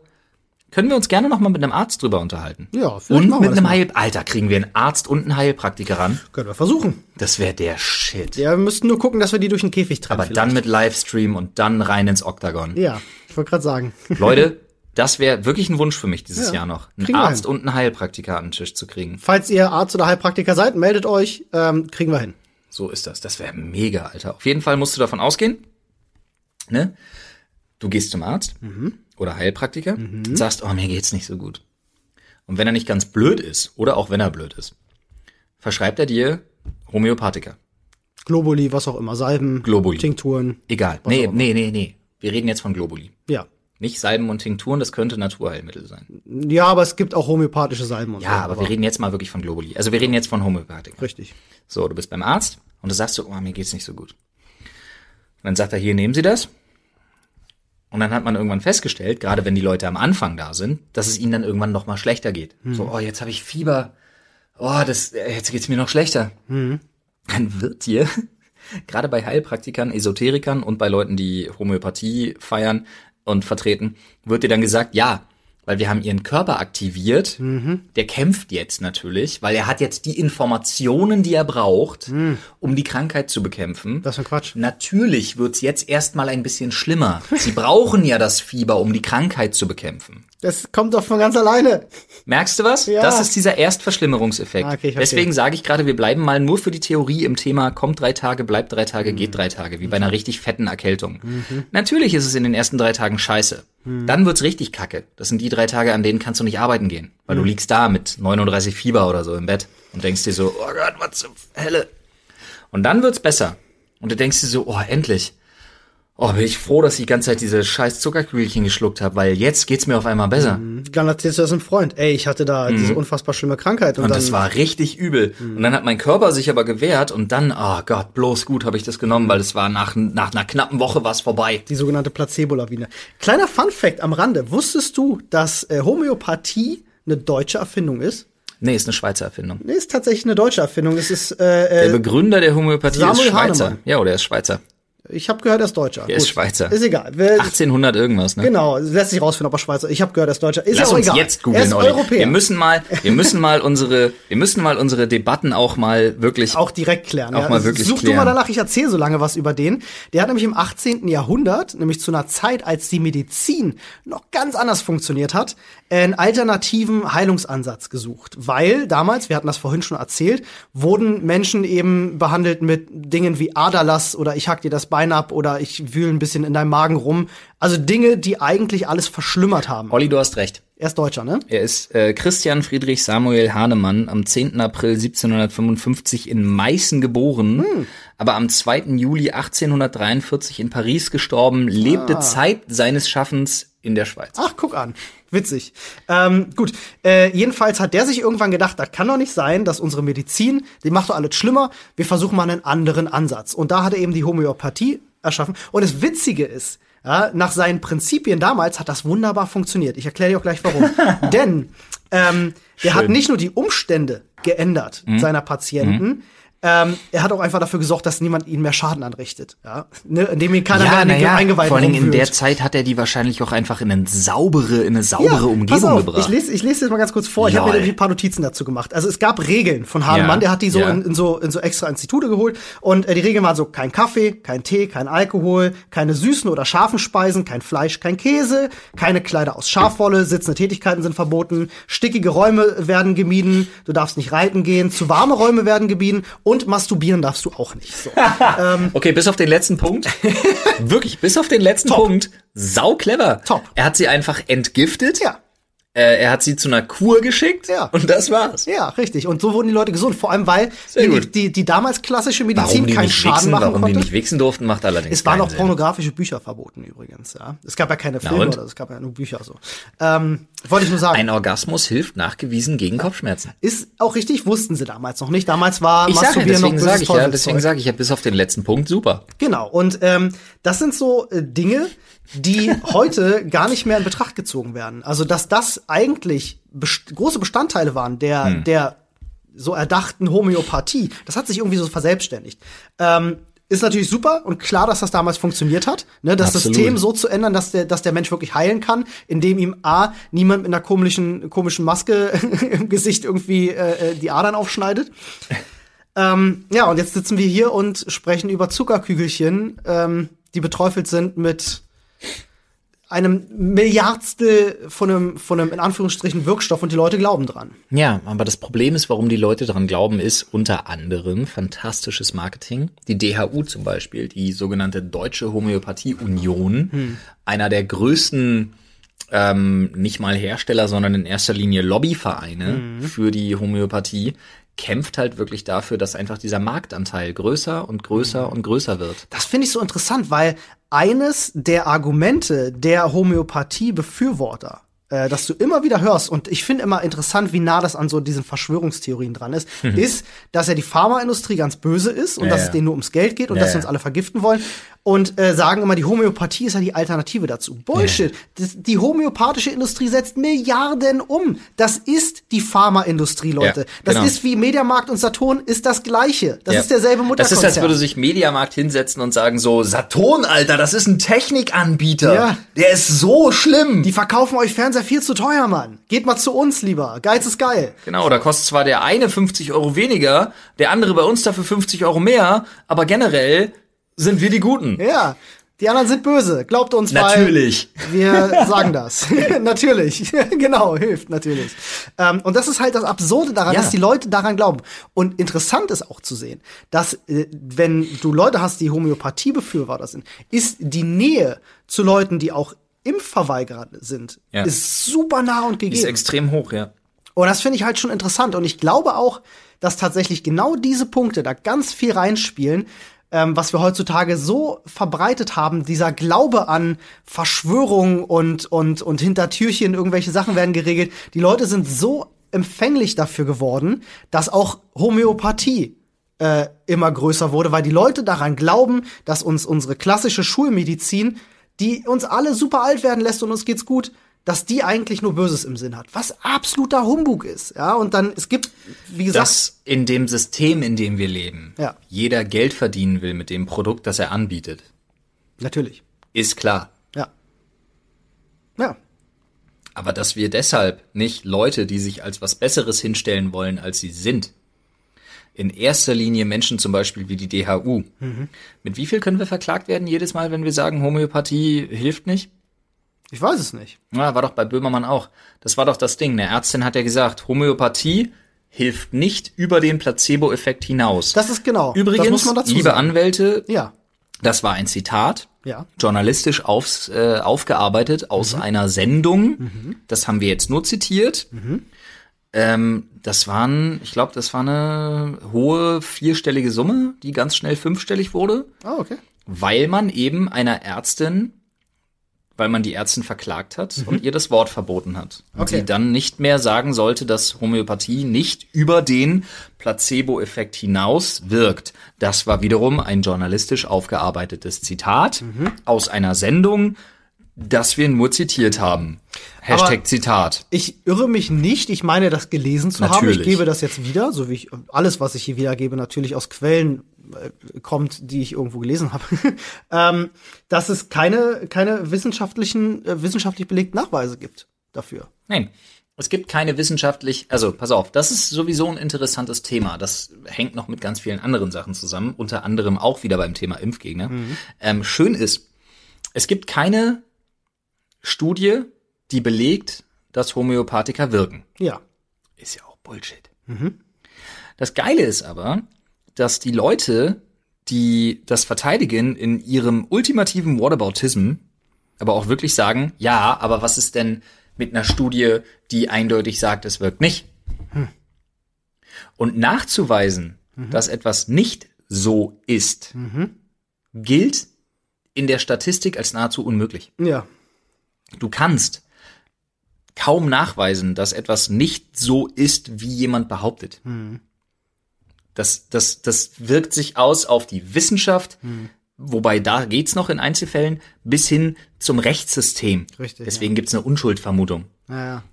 Können wir uns gerne nochmal mit einem Arzt drüber unterhalten? Ja, vielleicht Und machen wir das mit einem mal. Heil... Alter, kriegen wir einen Arzt und einen Heilpraktiker ran? Können wir versuchen. Das wäre der Shit. Ja, wir müssten nur gucken, dass wir die durch den Käfig treffen. Aber dann mit Livestream und dann rein ins Oktagon. Ja, ich wollte gerade sagen. Leute, das wäre wirklich ein Wunsch für mich dieses Jahr noch. Einen Kriegen wir Arzt und einen Heilpraktiker an den Tisch zu kriegen. Falls ihr Arzt oder Heilpraktiker seid, meldet euch, ähm, kriegen wir hin. So ist das. Das wäre mega, Alter. Auf jeden Fall musst du davon ausgehen, ne, Du gehst zum Arzt oder Heilpraktiker und sagst, oh, mir geht's nicht so gut. Und wenn er nicht ganz blöd ist, oder auch wenn er blöd ist, verschreibt er dir Homöopathika. Globuli, was auch immer, Salben, Globuli. Tinkturen. Egal. Nee, nee, nee, nee. Wir reden jetzt von Globuli. Ja. Nicht Salben und Tinkturen, das könnte Naturheilmittel sein. Ja, aber es gibt auch homöopathische Salben und so. Ja, aber wir reden jetzt mal wirklich von Globuli. Also wir reden jetzt von Homöopathika. Richtig. So, du bist beim Arzt und du sagst so, oh, mir geht's nicht so gut. Und dann sagt er, hier nehmen Sie das. Und dann hat man irgendwann festgestellt, gerade wenn die Leute am Anfang da sind, dass es ihnen dann irgendwann noch mal schlechter geht. So, oh, jetzt habe ich Fieber. Oh, das, äh, jetzt geht's mir noch schlechter. Dann wird dir, gerade bei Heilpraktikern, Esoterikern und bei Leuten, die Homöopathie feiern und vertreten, wird dir dann gesagt, ja, weil wir haben ihren Körper aktiviert. Der kämpft jetzt natürlich, weil er hat jetzt die Informationen, die er braucht, um die Krankheit zu bekämpfen. Das ist ein Quatsch. Natürlich wird's jetzt erstmal ein bisschen schlimmer. Sie brauchen ja das Fieber, um die Krankheit zu bekämpfen. Das kommt doch von ganz alleine. Merkst du was? Ja. Das ist dieser Erstverschlimmerungseffekt. Ah, okay, ich verstehe. Deswegen sage ich gerade, wir bleiben mal nur für die Theorie im Thema, kommt drei Tage, bleibt drei Mhm. Tage, geht drei Tage, wie bei einer richtig fetten Erkältung. Natürlich ist es in den ersten drei Tagen scheiße. Mhm. Dann wird's richtig kacke. Das sind die drei Tage, an denen kannst du nicht arbeiten gehen. Weil Mhm. du liegst da mit 39 Fieber oder so im Bett und denkst dir so, oh Gott, was zur Hölle. Und dann wird's besser. Und du denkst dir so, oh, endlich. Oh, bin ich froh, dass ich die ganze Zeit diese scheiß Zuckerkügelchen geschluckt habe, weil jetzt geht's mir auf einmal besser. Dann erzählst du das einem Freund. Ey, ich hatte da diese unfassbar schlimme Krankheit. Und, Mhm. Und dann, Hm. das war richtig übel. Und dann hat mein Körper sich aber gewehrt und dann, oh Gott, bloß gut habe ich das Hm. genommen, weil es war nach, nach einer knappen Woche was vorbei. die sogenannte Placebo-Lawine. Kleiner Fun-Fact am Rande. Wusstest du, dass äh, Homöopathie eine deutsche Erfindung ist? Nee, ist eine Schweizer Erfindung. Nee, ist tatsächlich eine deutsche Erfindung. Es ist, äh, Der äh, Begründer der Homöopathie ist Samuel Schweizer. Hahnemann. Ja, oder er ist Schweizer. ich habe gehört, er ist Deutscher. Er ist Schweizer. Ist egal. Wir, 1800 irgendwas, ne? genau, lässt sich rausfinden, ob er Schweizer ist. Ich habe gehört, er ist Deutscher. Ist Lass ja auch uns egal. jetzt er googeln, ist Olli. Europäer. Wir müssen mal, wir müssen mal unsere, wir müssen mal unsere Debatten auch mal wirklich auch direkt klären. Auch ja. mal wirklich Such klären. du mal danach, ich erzähle so lange was über den. Der hat nämlich im 18. Jahrhundert, nämlich zu einer Zeit, als die Medizin noch ganz anders funktioniert hat, einen alternativen Heilungsansatz gesucht. Weil damals, wir hatten das vorhin schon erzählt, wurden Menschen eben behandelt mit Dingen wie Aderlass oder ich hack dir das Bein ab oder ich wühle ein bisschen in deinem Magen rum. Also Dinge, die eigentlich alles verschlimmert haben. Olli, du hast recht. Er ist Deutscher, ne? Er ist äh, Christian Friedrich Samuel Hahnemann, am 10. April 1755 in Meißen geboren, Hm. aber am 2. Juli 1843 in Paris gestorben, lebte Ah. Zeit seines Schaffens in der Schweiz. Ach, guck an. Witzig. Ähm, gut, äh, jedenfalls hat der sich irgendwann gedacht, das kann doch nicht sein, dass unsere Medizin, die macht doch alles schlimmer, wir versuchen mal einen anderen Ansatz. Und da hat er eben die Homöopathie erschaffen. Und das Witzige ist, ja, nach seinen Prinzipien damals hat das wunderbar funktioniert. Ich erkläre dir auch gleich warum. Denn ähm, der hat nicht nur die Umstände geändert Mhm. seiner Patienten, ähm, er hat auch einfach dafür gesorgt, dass niemand ihnen mehr Schaden anrichtet. Ja? Ne, indem ihn keiner mehr an den Eingeweiden vor allem in rumwühlt. der Zeit hat er die wahrscheinlich auch einfach in eine saubere, in eine saubere pass Umgebung auf, gebracht. Ich lese, ich lese jetzt mal ganz kurz vor. Ich habe mir Lol. nämlich ein paar Notizen dazu gemacht. Also es gab Regeln von Hahnemann, Ja, der hat die so, ja. in, in so in so extra Institute geholt. Und äh, die Regeln waren so: kein Kaffee, kein Tee, kein Alkohol, keine süßen oder scharfen Speisen, kein Fleisch, kein Käse, keine Kleider aus Schafwolle, sitzende Tätigkeiten sind verboten, stickige Räume werden gemieden, du darfst nicht reiten gehen, zu warme Räume werden gemieden und masturbieren darfst du auch nicht. So. Okay, bis auf den letzten Punkt. Wirklich, bis auf den letzten Punkt. Sau clever. Top. Er hat sie einfach entgiftet. ja. Äh, er hat sie zu einer Kur geschickt. Ja. Und das war's. Ja, richtig. Und so wurden die Leute gesund. Vor allem, weil Sehr die, gut. die, die damals klassische Medizin Warum die keinen nicht Schaden wichsen, machen warum konnte. die nicht wichsen durften, macht allerdings Es waren keinen auch Sinn. pornografische Bücher verboten übrigens, ja. Es gab ja keine Filme und? oder es gab ja nur Bücher so. Ähm, wollte ich nur sagen. Ein Orgasmus hilft nachgewiesen gegen Kopfschmerzen. ist auch richtig, wussten sie damals noch nicht. Damals war Ich sage, deswegen böses sage ich ja, Teufelszeug. deswegen sage ich ja, bis auf den letzten Punkt, super. Genau. Und ähm, das sind so äh, Dinge, die heute gar nicht mehr in Betracht gezogen werden. Also dass das eigentlich best große Bestandteile waren der der so erdachten Homöopathie. Das hat sich irgendwie so verselbstständigt. Ähm, ist natürlich super und klar, dass das damals funktioniert hat, ne, das Absolut. System so zu ändern, dass der, dass der Mensch wirklich heilen kann, indem ihm a niemand mit einer komischen komischen Maske im Gesicht irgendwie äh, äh, die Adern aufschneidet. Ähm, ja, und jetzt sitzen wir hier und sprechen über Zuckerkügelchen, ähm, die beträufelt sind mit einem Milliardstel von einem, von einem in Anführungsstrichen Wirkstoff und die Leute glauben dran. Ja, aber das Problem ist, warum die Leute daran glauben, ist unter anderem fantastisches Marketing. Die DHU zum Beispiel, die sogenannte Deutsche Homöopathie Union, Hm. einer der größten ähm, nicht mal Hersteller, sondern in erster Linie Lobbyvereine Hm. für die Homöopathie, kämpft halt wirklich dafür, dass einfach dieser Marktanteil größer und größer Hm. und größer wird. Das finde ich so interessant, weil eines der Argumente der Homöopathie-Befürworter, äh, dass du immer wieder hörst, und ich finde immer interessant, wie nah das an so diesen Verschwörungstheorien dran ist, ist, dass ja die Pharmaindustrie ganz böse ist und Mhm. Ja, dass ja. es denen nur ums Geld geht und Ja, dass sie ja. uns alle vergiften wollen und äh, sagen immer, die Homöopathie ist ja die Alternative dazu. Bullshit. Das, die homöopathische Industrie setzt Milliarden um. Das ist die Pharmaindustrie, Leute. das genau. ist wie Mediamarkt und Saturn ist das Gleiche. Das Ja. ist derselbe Das Mutterkonzern. ist, als würde sich Mediamarkt hinsetzen und sagen so, Saturn, Alter, das ist ein Technikanbieter. Ja. Der ist so schlimm. Die verkaufen euch Fernseher viel zu teuer, Mann. Geht mal zu uns lieber. Geiz ist geil. Genau, da kostet zwar der eine 50 Euro weniger, der andere bei uns dafür 50 Euro mehr, aber generell sind wir die Guten. Ja. Die anderen sind böse. Glaubt uns weil Wir sagen das. natürlich. genau, hilft natürlich. Ähm, und das ist halt das Absurde daran, Ja. dass die Leute daran glauben. Und interessant ist auch zu sehen, dass äh, wenn du Leute hast, die Homöopathiebefürworter sind, ist die Nähe zu Leuten, die auch Impfverweigerer sind, Ja. ist super nah und Die ist gegeben. extrem hoch, ja. Und das finde ich halt schon interessant. Und ich glaube auch, dass tatsächlich genau diese Punkte da ganz viel reinspielen, ähm, was wir heutzutage so verbreitet haben, dieser Glaube an Verschwörung und, und, und hinter Türchen irgendwelche Sachen werden geregelt. Die Leute sind so empfänglich dafür geworden, dass auch Homöopathie äh, immer größer wurde, weil die Leute daran glauben, dass uns unsere klassische Schulmedizin, die uns alle super alt werden lässt und uns geht's gut, dass die eigentlich nur Böses im Sinn hat, was absoluter Humbug ist. Ja, und dann es gibt, wie gesagt, Dass in dem System, in dem wir leben, Ja. jeder Geld verdienen will mit dem Produkt, das er anbietet, natürlich, ist klar. ja, ja, Aber dass wir deshalb nicht Leute, die sich als was Besseres hinstellen wollen, als sie sind, in erster Linie Menschen zum Beispiel wie die DHU. Mhm. Mit wie viel können wir verklagt werden jedes Mal, wenn wir sagen, Homöopathie hilft nicht? ich weiß es nicht. Ja, war doch bei Böhmermann auch. Das war doch das Ding. Eine Ärztin hat ja gesagt, Homöopathie hilft nicht über den Placebo-Effekt hinaus. Das ist genau. Übrigens, das muss man dazu liebe sagen. Anwälte, Ja, das war ein Zitat, Ja. Mhm. journalistisch aufs, äh, aufgearbeitet aus einer Sendung. Das haben wir jetzt nur zitiert. Mhm. Ähm, das waren, ich glaube, das war eine hohe vierstellige Summe, die ganz schnell fünfstellig wurde, ah okay. weil man eben einer Ärztin, weil man die Ärztin verklagt hat und ihr das Wort verboten hat. Und Okay. sie dann nicht mehr sagen sollte, dass Homöopathie nicht über den Placebo-Effekt hinaus wirkt. Das war wiederum ein journalistisch aufgearbeitetes Zitat aus einer Sendung, das wir nur zitiert haben. Hashtag Zitat. Ich irre mich nicht, ich meine das gelesen zu haben. Ich Natürlich. gebe das jetzt wieder, so wie ich alles, was ich hier wiedergebe, natürlich aus Quellen äh, kommt, die ich irgendwo gelesen habe. ähm, dass es keine, keine wissenschaftlichen, äh, wissenschaftlich belegten Nachweise gibt dafür. Nein. Es gibt keine wissenschaftlich, also pass auf, das ist sowieso ein interessantes Thema. Das hängt noch mit ganz vielen anderen Sachen zusammen, unter anderem auch wieder beim Thema Impfgegner. Ähm, schön ist, es gibt keine Studie, die belegt, dass Homöopathika wirken. Ja. Ist ja auch Bullshit. Mhm. Das Geile ist aber, dass die Leute, die das verteidigen, in ihrem ultimativen Whataboutism aber auch wirklich sagen, ja, aber was ist denn mit einer Studie, die eindeutig sagt, es wirkt nicht? Hm. Und nachzuweisen, dass etwas nicht so ist, gilt in der Statistik als nahezu unmöglich. Ja. Du kannst kaum nachweisen, dass etwas nicht so ist, wie jemand behauptet. Hm. Das, das, das wirkt sich aus auf die Wissenschaft, Hm. wobei da geht's noch in Einzelfällen, bis hin zum Rechtssystem. Richtig, Deswegen gibt's eine Unschuldsvermutung. Naja.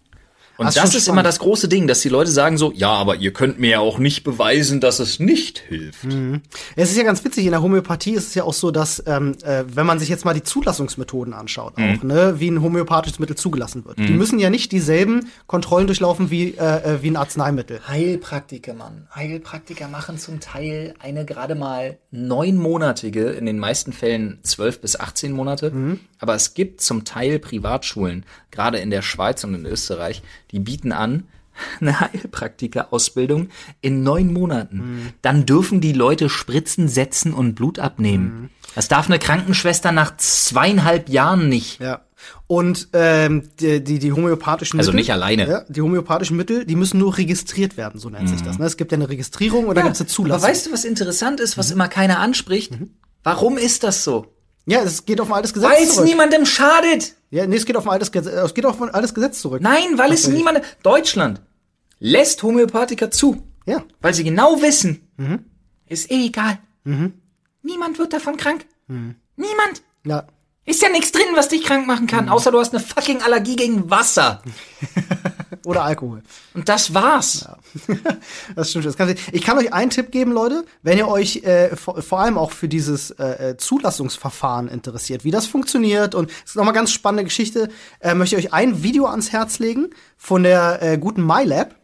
Und Das ist das schon ist spannend. immer das große Ding, dass die Leute sagen so, ja, aber ihr könnt mir ja auch nicht beweisen, dass es nicht hilft. Hm. Es ist ja ganz witzig, in der Homöopathie ist es ja auch so, dass, ähm, äh, wenn man sich jetzt mal die Zulassungsmethoden anschaut, auch, ne, wie ein homöopathisches Mittel zugelassen wird. Die müssen ja nicht dieselben Kontrollen durchlaufen wie, äh, äh, wie ein Arzneimittel. Heilpraktiker, Mann. Heilpraktiker machen zum Teil eine gerade mal neunmonatige, in den meisten Fällen zwölf bis 18 Monate. Aber es gibt zum Teil Privatschulen, gerade in der Schweiz und in Österreich, die bieten an, eine Heilpraktiker-Ausbildung in neun Monaten. Dann dürfen die Leute Spritzen setzen und Blut abnehmen. Das darf eine Krankenschwester nach zweieinhalb Jahren nicht. Ja. Und ähm, die, die, die homöopathischen Also Mittel. nicht alleine. Ja, die homöopathischen Mittel, die müssen nur registriert werden, so nennt sich Mhm. das. Ne? Es gibt ja eine Registrierung und dann gibt's eine Zulassung. Aber weißt du, was interessant ist, was immer keiner anspricht? Warum ist das so? ja, es geht auf ein altes Gesetz Weil es zurück. niemandem schadet. ja, nee, es geht auf ein altes Gesetz, es geht auf ein altes Gesetz zurück. Nein, weil es niemandem. Deutschland lässt Homöopathiker zu, Ja. weil sie genau wissen, Mhm. ist eh egal. Niemand wird davon krank. Mhm. Niemand. Ja. Ist ja nichts drin, was dich krank machen kann, Mhm. außer du hast eine fucking Allergie gegen Wasser. Oder Alkohol. Und das war's. Das stimmt. Das kann, ich kann euch einen Tipp geben, Leute, wenn ihr euch äh, vor, vor allem auch für dieses äh, äh, Zulassungsverfahren interessiert, wie das funktioniert und es ist nochmal ganz spannende Geschichte, äh, möchte ich euch ein Video ans Herz legen von der äh, guten MyLab.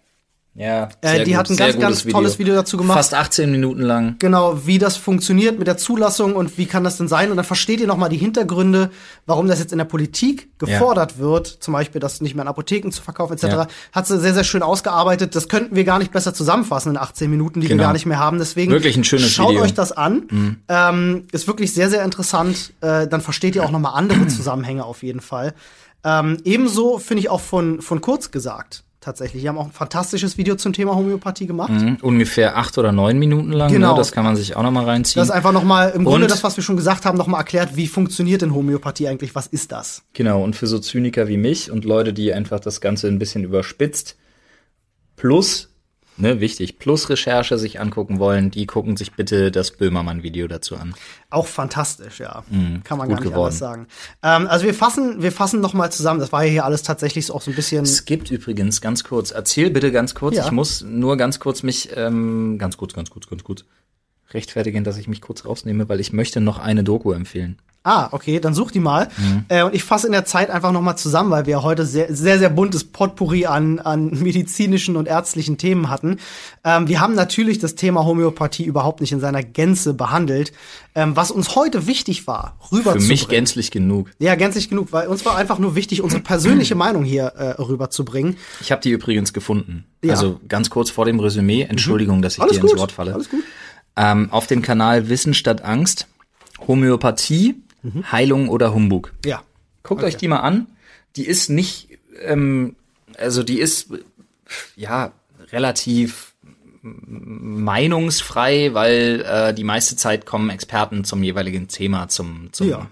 Ja, Äh, die hat ein sehr ganz, ganz gutes tolles Video dazu gemacht. Fast 18 Minuten lang. Genau, wie das funktioniert mit der Zulassung und wie kann das denn sein? Und dann versteht ihr nochmal die Hintergründe, warum das jetzt in der Politik gefordert wird, zum Beispiel das nicht mehr in Apotheken zu verkaufen etc. Ja. Hat sie sehr, sehr schön ausgearbeitet. Das könnten wir gar nicht besser zusammenfassen in 18 Minuten, die wir Genau. gar nicht mehr haben. Deswegen Wirklich ein schönes schaut Video. Mhm. euch das an. Ähm, ist wirklich sehr, sehr interessant. Äh, dann versteht ihr auch nochmal andere Zusammenhänge auf jeden Fall. Ähm, ebenso finde ich auch von, von Kurz gesagt. Tatsächlich, die haben auch ein fantastisches Video zum Thema Homöopathie gemacht. Mhm. Ungefähr acht oder neun Minuten lang. Genau. Ne? Das kann man sich auch nochmal reinziehen. Das ist einfach nochmal im Grunde Und- das, was wir schon gesagt haben, nochmal erklärt, wie funktioniert denn Homöopathie eigentlich? Was ist das? Genau, und für so Zyniker wie mich und Leute, die einfach das Ganze ein bisschen überspitzt, plus, ne, wichtig, plus Recherche sich angucken wollen, die gucken sich bitte das Böhmermann-Video dazu an. Auch fantastisch, ja. Kann man gar Mhm. gut nicht geworden. anders sagen. Ähm, also wir fassen, wir fassen nochmal zusammen. Das war ja hier alles tatsächlich auch so ein bisschen. Es gibt übrigens ganz kurz, erzähl bitte ganz kurz, Ja. ich muss nur ganz kurz mich, ähm, ganz kurz, ganz kurz, ganz kurz rechtfertigen, dass ich mich kurz rausnehme, weil ich möchte noch eine Doku empfehlen. Ah, okay, dann such die mal. Mhm. Äh, und ich fasse in der Zeit einfach nochmal zusammen, weil wir heute sehr, sehr, sehr buntes Potpourri an, an medizinischen und ärztlichen Themen hatten. Ähm, wir haben natürlich das Thema Homöopathie überhaupt nicht in seiner Gänze behandelt. Ähm, was uns heute wichtig war, Für rüberzubringen. mich gänzlich genug. Ja, gänzlich genug, weil uns war einfach nur wichtig, unsere persönliche Meinung hier äh, rüberzubringen. Ich habe die übrigens gefunden. Ja. Also ganz kurz vor dem Resümee, Entschuldigung, dass ich Alles dir gut. ins Wort falle. Alles gut. Ähm, auf dem Kanal Wissen statt Angst, Homöopathie, Heilung oder Humbug. Ja. Guckt euch die mal an. Die ist nicht, ähm, also die ist ja relativ meinungsfrei, weil äh, die meiste Zeit kommen Experten zum jeweiligen Thema zum, zum Ja.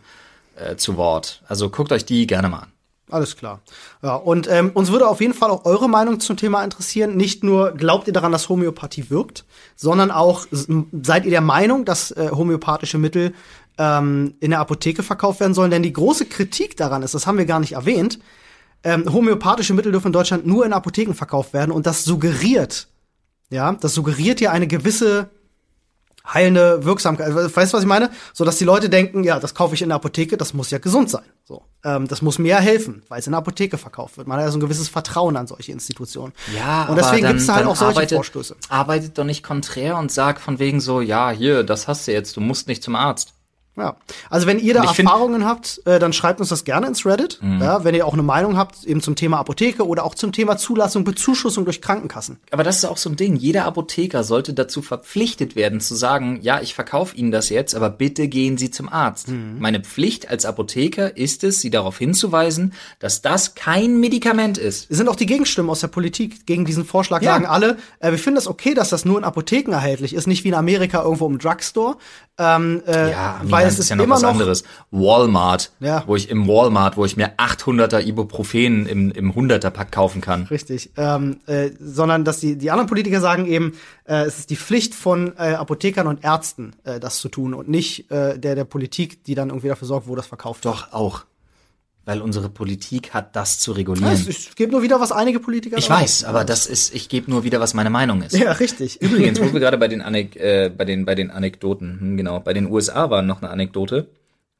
äh, zu Wort. Also guckt euch die gerne mal an. Alles klar. Ja, und ähm, uns würde auf jeden Fall auch eure Meinung zum Thema interessieren. Nicht nur glaubt ihr daran, dass Homöopathie wirkt, sondern auch s- m- seid ihr der Meinung, dass äh, homöopathische Mittel ähm, in der Apotheke verkauft werden sollen? Denn die große Kritik daran ist, das haben wir gar nicht erwähnt, ähm, homöopathische Mittel dürfen in Deutschland nur in Apotheken verkauft werden und das suggeriert, ja, das suggeriert ja eine gewisse heilende Wirksamkeit. Also, Weißt du, was ich meine? So, dass die Leute denken, ja, das kaufe ich in der Apotheke, das muss ja gesund sein. So, ähm, das muss mir ja helfen, weil es in der Apotheke verkauft wird. Man hat ja so ein gewisses Vertrauen an solche Institutionen. und deswegen dann- gibt es da halt dann auch solche arbeitet, Vorstöße. Arbeitet doch nicht konträr und sagt von wegen so, ja, hier, das hast du jetzt, du musst nicht zum Arzt. Ja. Also wenn ihr da Und ich find- Mhm. Erfahrungen habt, äh, dann schreibt uns das gerne ins Reddit. Ja, wenn ihr auch eine Meinung habt, eben zum Thema Apotheke oder auch zum Thema Zulassung, Bezuschussung durch Krankenkassen. Aber das ist auch so ein Ding. Jeder Apotheker sollte dazu verpflichtet werden, zu sagen, ja, ich verkaufe Ihnen das jetzt, aber bitte gehen Sie zum Arzt. Mhm. Meine Pflicht als Apotheker ist es, Sie darauf hinzuweisen, dass das kein Medikament ist. Es sind auch die Gegenstimmen aus der Politik gegen diesen Vorschlag, Ja. sagen alle, äh, wir finden das okay, dass das nur in Apotheken erhältlich ist, nicht wie in Amerika irgendwo im Drugstore. Ähm, äh, Ja, weil es ist ist ja noch immer was noch, anderes. Walmart, Ja. wo ich im Walmart, wo ich mir 800er Ibuprofen im, im 100er Pack kaufen kann. Richtig. Ähm, äh, sondern dass die, die anderen Politiker sagen eben, äh, es ist die Pflicht von äh, Apothekern und Ärzten, äh, das zu tun und nicht äh, der der Politik, die dann irgendwie dafür sorgt, wo das verkauft wird. Doch auch. Weil unsere Politik hat das zu regulieren. Es, ich gebe nur wieder, was einige Politiker Ich sagen. weiß, aber das ist, ich gebe nur wieder, was meine Meinung ist. Ja, richtig. Übrigens, wo wir gerade bei den, Anek äh, bei den, bei den Anekdoten, hm, genau, bei den USA war noch eine Anekdote.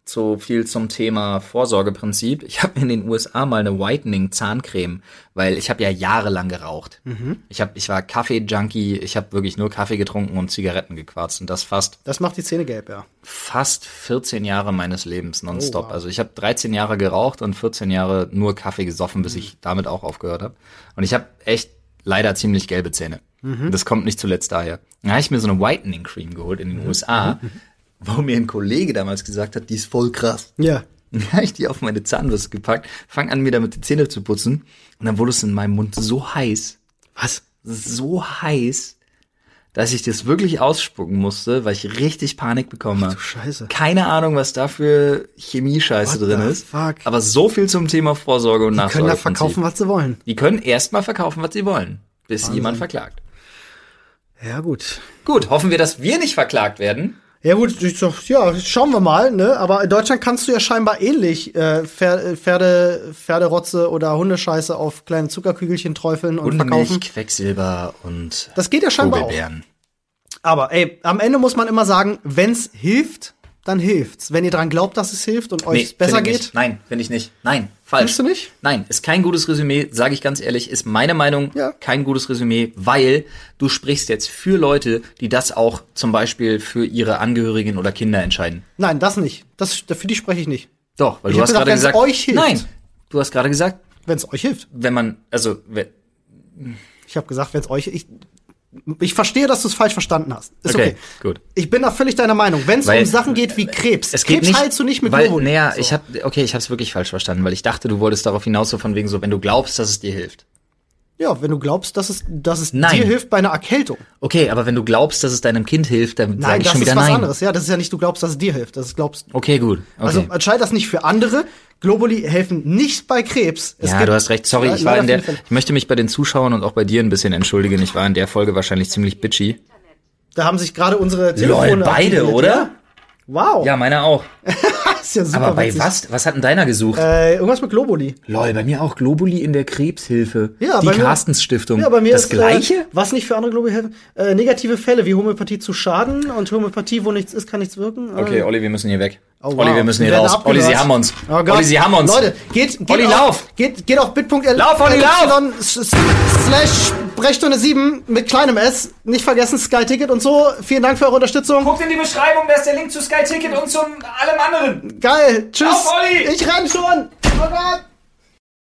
So viel zum Thema Vorsorgeprinzip. Ich habe in den USA mal eine Whitening Zahncreme, weil ich habe ja jahrelang geraucht. Ich habe, ich war Kaffee-Junkie, ich habe wirklich nur Kaffee getrunken und Zigaretten gequarzt und das fast Das macht die Zähne gelb, ja. fast 14 Jahre meines Lebens nonstop. Oh, wow. Also ich habe 13 Jahre geraucht und 14 Jahre nur Kaffee gesoffen, Mhm. bis ich damit auch aufgehört habe. Und ich habe echt leider ziemlich gelbe Zähne. Mhm. Das kommt nicht zuletzt daher. Da habe ich mir so eine Whitening Cream geholt in Mhm. den USA, wo mir ein Kollege damals gesagt hat, die ist voll krass. Ja. Dann habe ich die auf meine Zahnbürste gepackt, fang an, mir damit die Zähne zu putzen. Und dann wurde es in meinem Mund so heiß, Was? so heiß, dass ich das wirklich ausspucken musste, weil ich richtig Panik bekommen habe. Scheiße. Keine Ahnung, was da für Chemiescheiße What drin the ist. fuck? Aber so viel zum Thema Vorsorge und Nachsorge. Können da verkaufen, was sie wollen. Die können erstmal verkaufen, was sie wollen, bis jemand verklagt. Ja, gut. Gut, hoffen wir, dass wir nicht verklagt werden. Ja gut, ich sag, ja, schauen wir mal, ne? Aber in Deutschland kannst du ja scheinbar ähnlich äh, Pfer- äh, Pferde, Pferderotze oder Hundescheiße auf kleinen Zuckerkügelchen träufeln und verkaufen. Hundemilch, Quecksilber und Das geht ja scheinbar auch. Vogelbeeren. Aber ey, am Ende muss man immer sagen, wenn's hilft, dann hilft's. Wenn ihr dran glaubt, dass es hilft und euch Nee, es besser find ich geht, Nicht. Nein, finde ich nicht. Nein, falsch. Findest du nicht? Nein, ist kein gutes Resümee, sage ich ganz ehrlich, ist meine Meinung Ja. kein gutes Resümee, weil du sprichst jetzt für Leute, die das auch zum Beispiel für ihre Angehörigen oder Kinder entscheiden. nein, das nicht. Das für die spreche ich nicht. Doch, weil Ich du hab hast gesagt, gerade wenn's gesagt, euch hilft. nein, du hast gerade gesagt, Wenn's euch hilft. wenn man, also we- Ich habe gesagt, wenn's euch ich ich verstehe, dass du es falsch verstanden hast. Ist okay. Okay, gut. Ich bin da völlig deiner Meinung. Wenn es Weil- um Sachen geht wie Krebs, es geht Krebs nicht, heilst du nicht mit weil, Globuli. Naja, So. ich habe, okay, ich habe es wirklich falsch verstanden, weil ich dachte, du wolltest darauf hinaus so von wegen so, wenn du glaubst, dass es dir hilft. Ja, wenn du glaubst, dass es, dass es Nein. dir hilft bei einer Erkältung. Okay, aber wenn du glaubst, dass es deinem Kind hilft, dann Nein, sage ich das schon ist wieder was nein. anderes. Ja, das ist ja nicht, du glaubst, dass es dir hilft. Das ist, glaubst. Okay, gut. Okay. Also entscheid das nicht für andere. Globuli helfen nicht bei Krebs. Es ja, gibt- du hast recht. Sorry, Ja, ich war leider in der. viele Fälle. Ich möchte mich bei den Zuschauern und auch bei dir ein bisschen entschuldigen. Ich war in der Folge wahrscheinlich ziemlich bitchy. Da haben sich gerade unsere Telefone. Lol, beide, aktiviert, oder? Ja? Wow. Ja, meiner auch. das ist ja super Aber bei witzig. was? Hm, Was hat denn deiner gesucht? Äh, irgendwas mit Globuli. Lol, bei mir auch Globuli in der Krebshilfe. Ja, Die bei mir- Carstens Stiftung. Ja, bei mir das ist Äh, gleiche? was nicht für andere Globuli helfen. Äh, negative Fälle wie Homöopathie zu Schaden und Homöopathie, wo nichts ist, kann nichts wirken. Äh, Okay, Olli, wir müssen hier weg. Oh, Olli, wow. wir müssen hier werden raus. Olli, sie abgehört. haben uns. Oh Gott. Olli, sie haben uns. Leute, geht, geht Olli, auf, lauf. Geht, geht auf bit.ly Lauf, Olli, lauf. Slash Brechstunde 7 mit kleinem S. Nicht vergessen, Sky Ticket und so. Vielen Dank für eure Unterstützung. Guckt in die Beschreibung, da ist der Link zu Sky Ticket und zu allem anderen. Geil. Tschüss. Lauf, Olli. Ich renn schon. Oh Gott.